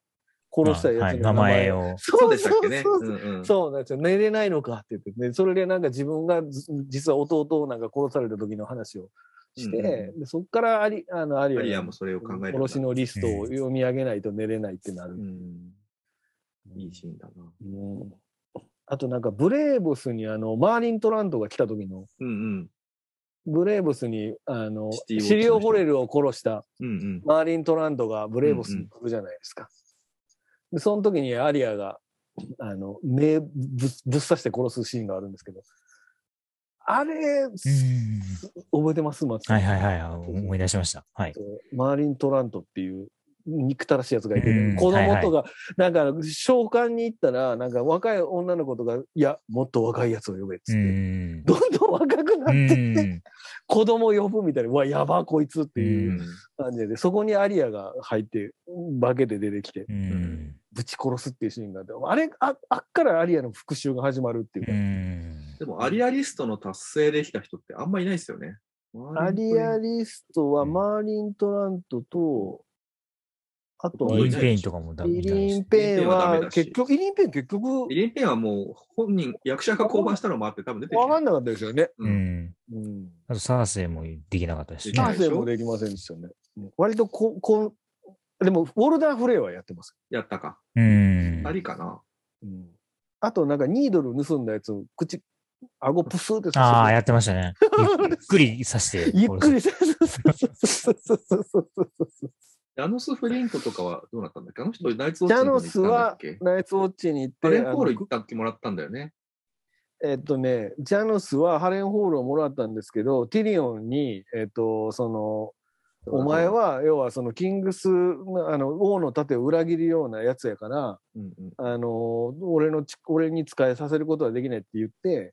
S2: 殺したや
S3: は
S2: つ
S3: い
S2: の
S3: 名前。を。
S1: そうでしたっけね。
S2: そうそうそううん
S1: うん
S2: そうなんですよ。寝れないのかって言って、ね、それでなんか自分がず実は弟をなんか殺された時の話をして、
S1: うんうん
S2: でそこからアリあのアリ
S1: アリ
S2: ア
S1: ア
S2: の
S1: もそれを考える。
S2: 殺しのリストを読み上げないと寝れないってなる
S1: う。ん。いいシーンだな。
S2: うんあとなんかブレーブスにあのマーリン・トラントが来た時の
S1: うんうん。
S2: ブレーブスにあの
S1: シティウォッチの人
S2: シリオ・ホレルを殺した
S1: うんうん。
S2: マーリン・トラントがブレーブスに来るじゃないですか。でその時にアリアがあの目ぶぶっ刺して殺すシーンがあるんですけどあれ、
S3: うん
S2: 覚えてます松
S3: はいはいはい。思い出しました。はい。
S2: マーリン・トラントっていう憎たらしいやつがいて、
S3: うん
S2: 子
S3: はい
S2: 供
S3: はい
S2: とか、なんか召喚に行ったらなんか若い女の子とかいやもっと若いやつを呼べっつって、
S3: うん。
S2: どんどん若くな
S3: う
S2: ってって、
S3: ん
S2: 子供呼ぶみたいなうわやばこいつっていううん感じで、そこにアリアが入って化けで出てきて
S3: うん
S2: ぶち殺すっていうシーンがあって、あれ、ああっからアリアの復讐が始まるっていう
S3: う
S2: か、
S3: ん。
S1: でも、アリアリストの達成できた人ってあんまいないですよね。
S2: アリア
S1: リ
S2: リストはマーリン・トラントと、あとは
S3: イリン・ペインとかもダメ
S2: イ
S3: みたい
S2: リ
S3: で
S2: ン・
S3: す。
S2: ペイン
S1: イリンペインはダメ
S2: は
S1: だし
S2: 結局、イリン・ペイン結局
S1: イリンペンはもう本人、役者が降板したのもあって多分出てき
S2: 分か
S1: て
S2: んなかったですよね。
S1: う
S3: うんん。
S2: うん。
S3: あと、サーセイもできなかった
S1: で
S3: し
S1: きな
S3: ね
S1: い
S2: 男。性もできませんでしたね。割とこう、こう、でも、ウォルダー・フレイはやってます。
S1: やったか。
S3: うん。
S1: ありかな。
S2: うん。あと、なんか、ニードル盗んだやつを口、顎プスーって
S3: ああ、
S2: さ
S3: やってましたね。ゆっ くり刺して
S2: せ。て。ゆっくりさせて。
S1: ジャノス・フリントとかはどうなったんだっけあの人、ナイツ・ウォ
S2: ジ
S1: ッ
S2: ャ
S1: チに行っ
S2: ノ
S1: た
S2: ス
S1: んだ
S2: は
S1: っけ
S2: ナイツウォッチに行って、
S1: ハレン・ホール
S2: あ
S1: 行ったってもらったんだよね。
S2: のえっとね、ジャノスはハレンホールをもらったんですけど、ティリオンに、えっと、その、お前、は、要はそのキングス、あの、王の盾を裏切るようなやつやから、
S1: うんうん、
S2: あの、俺のち、俺に使えさせることはできないって言って、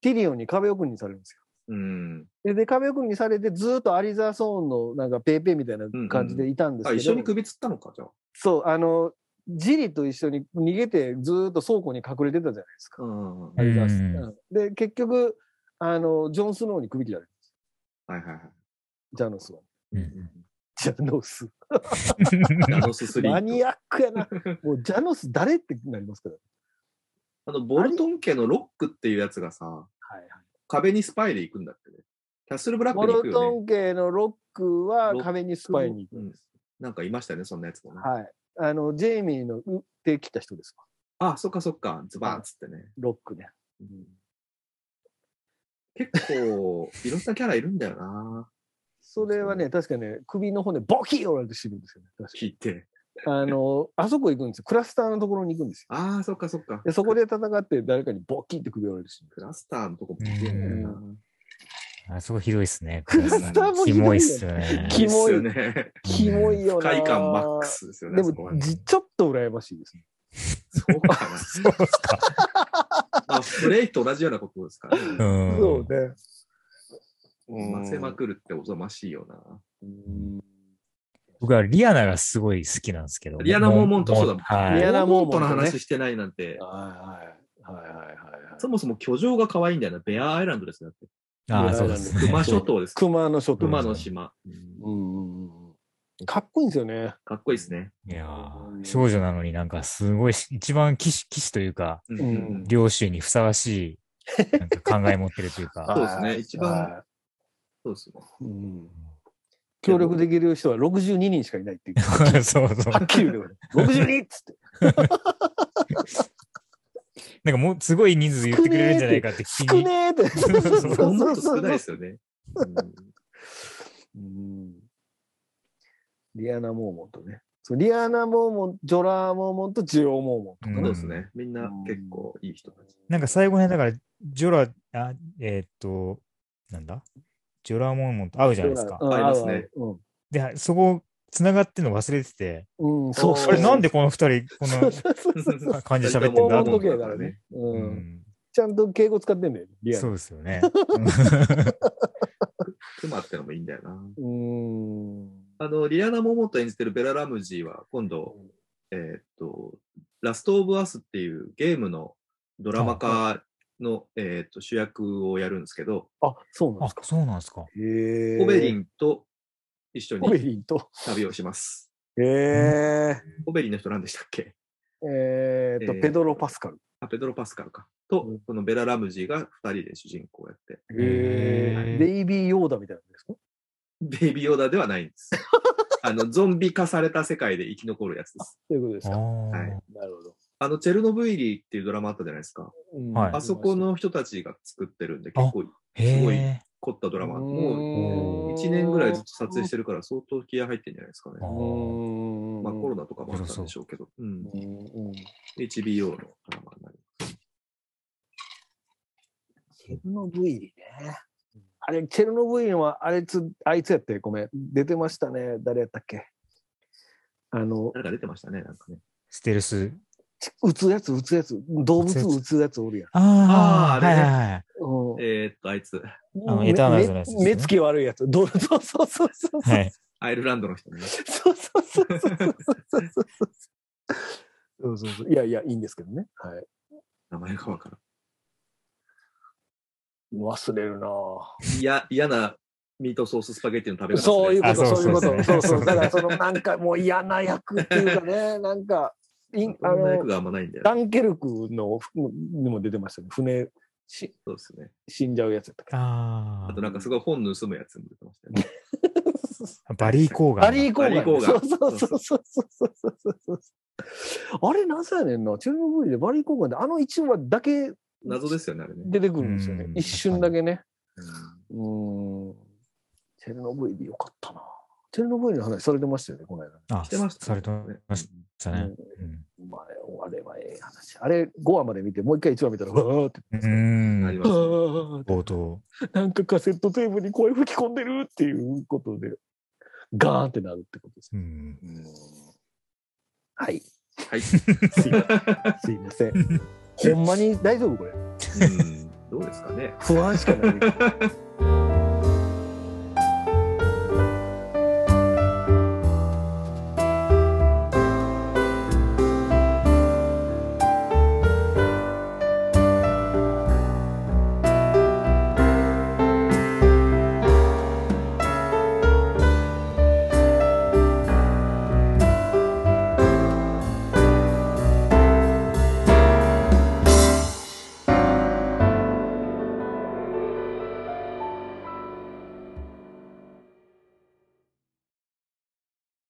S2: ティリオンに壁奥にされるんですよ。
S1: うん。
S2: で、で壁奥にされて、ずーっとアリザーソーンのなんかペーペーみたいな感じでいたんです
S1: あ、
S2: けど、
S1: 一緒に首つったのか、じゃあ。
S2: そう、あの、ジリと一緒に逃げて、ずーっと倉庫に隠れてたじゃないですか。
S1: うん。はい
S2: アリザース
S3: うん
S2: うんで、結局、あの、ジョン・スノーに首切られるんです。
S1: はいはい。
S2: ジャノスは。
S3: うん
S2: ジャノス。
S1: ジャノス・スリ
S2: マ
S1: ン
S2: ニ
S1: ト。
S2: アックやな。もう、ジャノス誰ってなりますから。
S1: あの、ボルトン家のロックっていうやつがさ、
S2: はいはい。
S1: 壁にスパイで行くんだってね。キャッスル・ブラック
S2: モ
S1: に行
S2: ル
S1: く
S2: ト
S1: よね。
S2: ン家のロックは
S1: ロック
S2: 壁にスパイに行くんです。
S1: なんかいましたよね、そんなやつもね。
S2: はい。あの、ジェイミーの打ってきた人ですか。
S1: あ、そっかそっか、ズバーンっつってね。
S2: ロックね。
S1: うん結構、いろんなキャラいるんだよな、
S2: それはね、確かね、首の骨、ボキー折られて死ぬんですよね。確
S1: 聞いて。
S2: かあの、あそこ行くんですよ。クラスターのところに行くんですよ。
S1: ああ、そっかそっか。
S2: でそこで戦って誰かにボキーって首折られて死ぬ。
S1: クラスターのとこもすごい
S3: う
S1: だ
S3: ん
S1: よ
S2: うん
S3: あそこひどいっすね。
S2: クラスターもひどいよね
S3: キモいっすよ
S1: い
S3: ね。
S1: いっすよ
S2: キモ
S1: ね。
S2: キモいよな。
S1: 快感マック。スですよね。
S2: で
S1: そこは
S2: も、
S1: ね
S2: じちょっと羨ましいですね。
S1: そうかな。
S3: そうっすか。
S1: まあ、プレイと同じようなことですから
S3: う
S1: ね。
S3: ん。
S2: そうね。
S1: 混ぜまくるっておぞましいよな。
S2: うん
S3: 僕はリアナがすごい好きなんですけど。
S1: リアナモーモントそうだもん
S3: はい。
S2: リアナモーモン
S1: と
S2: トね
S1: の話してないなんて、
S2: はいはいはいはいはいはい。
S1: そもそも居城が可愛いんだよな。ベアアイランドですよ。だって
S3: ああ、そうですね。
S1: 熊諸島です。
S2: 熊の諸島。
S1: 熊の島。
S2: うんうんうんうん。かっこいいんですよね。
S1: かっこいいですね。
S3: いやー少女なのになんかすごいし、一番騎士、騎士というか、
S1: うん
S2: うん
S1: うん
S3: 領主にふさわしい、なんか考え持ってるという か。
S1: そうですね一番
S2: は
S1: そうですね。
S2: いうん協力できる人は62人しかいないっていう。
S3: そうそう。
S2: はっきり言う てくれる。62っつって。
S3: なんかもうすごい人数言ってくれるんじゃないかって気
S2: 少
S3: に。
S2: ねえって。 そう
S3: そう
S2: そ
S3: そうう
S1: そう思
S2: そう
S1: と少ないで
S2: う。
S1: すよね。うん
S2: うんリアナ・モーモンとね。そうリアナ・モーモン、ジョラー・モーモンとジオ・モーモンと
S1: そ
S2: か
S1: う
S2: ね。
S1: ですね。みんな結構いい人たち。
S3: なんか最後ね、だから、ジョラ、あえーっと、なんだジョラモンモンと会うじゃないですか。
S2: うん
S1: 合いますね。
S2: 合う
S3: で、そこ、繋がってんの忘れてて、
S2: 合ううん、うんそう
S1: おー
S3: あれなんでこの二人、こ
S2: そう
S3: の
S2: そうそうそう。
S3: 感じで喋って
S2: モーモ
S3: んだ
S2: ン
S3: と
S2: と
S3: 思っ
S2: 系
S3: て。
S2: だからね。う。
S3: うんん
S2: ちゃんと敬語使ってんだよ、リア
S3: そ
S2: ル。
S3: うですよね。
S1: 熊ってのもいいんだよな。
S2: うーん。
S1: あの、リアナ・モモと演じてるベラ・ラムジーは、今度、えーっと、ラスト・オブ・アスっていうゲームのドラマ化の、えーっと、主役をやるんですけど、
S2: あ、そうなんで
S3: あ
S2: すか。、
S3: そうなんですか。
S2: へ
S1: オベリ
S2: ン。
S1: ンと一緒
S2: オベ
S1: に
S2: リンと。
S1: 旅をします。
S2: へえ。
S1: オベリンの人何でしたっけ
S2: えーと、
S1: えー
S2: ペドロ・パスカル。
S1: あペドロ・パスカルか。と、
S2: うん
S1: このベラ・ラムジーが二人で主人公をやって、
S3: へー
S2: ベイビー・ヨーダみたいなんですか
S1: ベイビー・ヨーダではないんです。あの、ゾンビ化された世界で生き残るやつです。
S2: ということです
S3: あ
S2: か。
S1: はい
S3: ー
S2: なるほど。
S1: あの、チェルノブイリっていうドラマあったじゃないですか。
S2: うん
S3: はい
S1: あそこ。の人たちが作ってるんで、結構すごい
S3: へ
S1: 凝ったドラマ。もう
S2: も
S1: 1年ぐらいずっと撮影してるから相当気合入ってんじゃないですかね
S3: あ。
S2: うーん。
S1: まあコロナとかもあったんでしょうけど、うん、
S2: うんうん
S1: HBO のドラマになり
S2: チェルノブイリね。あれ、チェルノブイリは、あれつ、あいつやって、ごめん。出てましたね。誰やったっけあの、
S1: 誰か出てましたね、なんかね。
S3: ステルス。
S2: ち撃つやつ、撃つやつ。動物
S3: 撃つやつ
S2: 撃つやつおるやん。
S3: あ
S1: あー
S3: あ、
S1: あ
S3: は
S1: れ
S3: い
S1: ね
S3: はいはい。
S2: うん
S1: えーっと、あいつ、
S3: あの
S2: め
S3: エターナルズのやつですね
S2: 目目つき悪いやつ。どうそうそうそうそう。
S3: はい。
S1: アイルランドの人ね。
S2: そうそうそうそうそうそうそう。そうそうそう。いやいや、いいんですけどね。はい。
S1: 名前がわから
S2: 忘れるなぁ
S1: ん。いや、嫌なミートソーススパゲッティの食べ方ですね。
S2: そういうこと、
S3: あそう
S2: そういうこ
S3: そう
S2: と。
S3: です
S2: そ
S3: ね
S2: うそう。
S3: そうで すね
S2: だから、その、なんかもう嫌な役っていうかね、なんか、いんあ
S1: そんな役
S2: の、
S1: があんまないんだよね。
S2: ダンケルクの、にも出てましたね。船、し
S1: そうですね。
S2: 死んじゃうやつやったっけ
S3: あ
S1: あとなんかすごい本盗むやつも出てましたよね。
S3: あ。バリー・コーガン。
S2: バリー・コーガンね。
S1: バリーコー
S2: そ
S1: ガ
S2: う
S1: ン
S2: そうそうそうそうそうそうそうあれ、なぜやねんな。チェルノブイリでバリー・コーガンで、あの一話だけ
S1: 謎ですよね、あれね。
S2: 出てくるんですよね
S3: う。ん
S2: 一瞬だけね。
S1: うん
S2: うーん。チェルノブイリよかったな。チェルノブイリの話されてましたよね、この間。
S3: あ、
S1: してましたね
S3: されてましたね。うん
S2: まあ、あれはええ話。あれ、5話まで見て、もう一回1話見たら、わーって。
S3: う
S1: あり
S3: ん。
S1: ましたね。
S3: 冒頭。
S2: なんかカセットテープに声吹き込んでるっていうことで、ガーンってなるってことですね。
S3: うん。
S2: はい。
S1: はい
S2: すい すいません。ほんまに大丈夫これ。
S1: うんどうですかね。
S2: 不安しかない。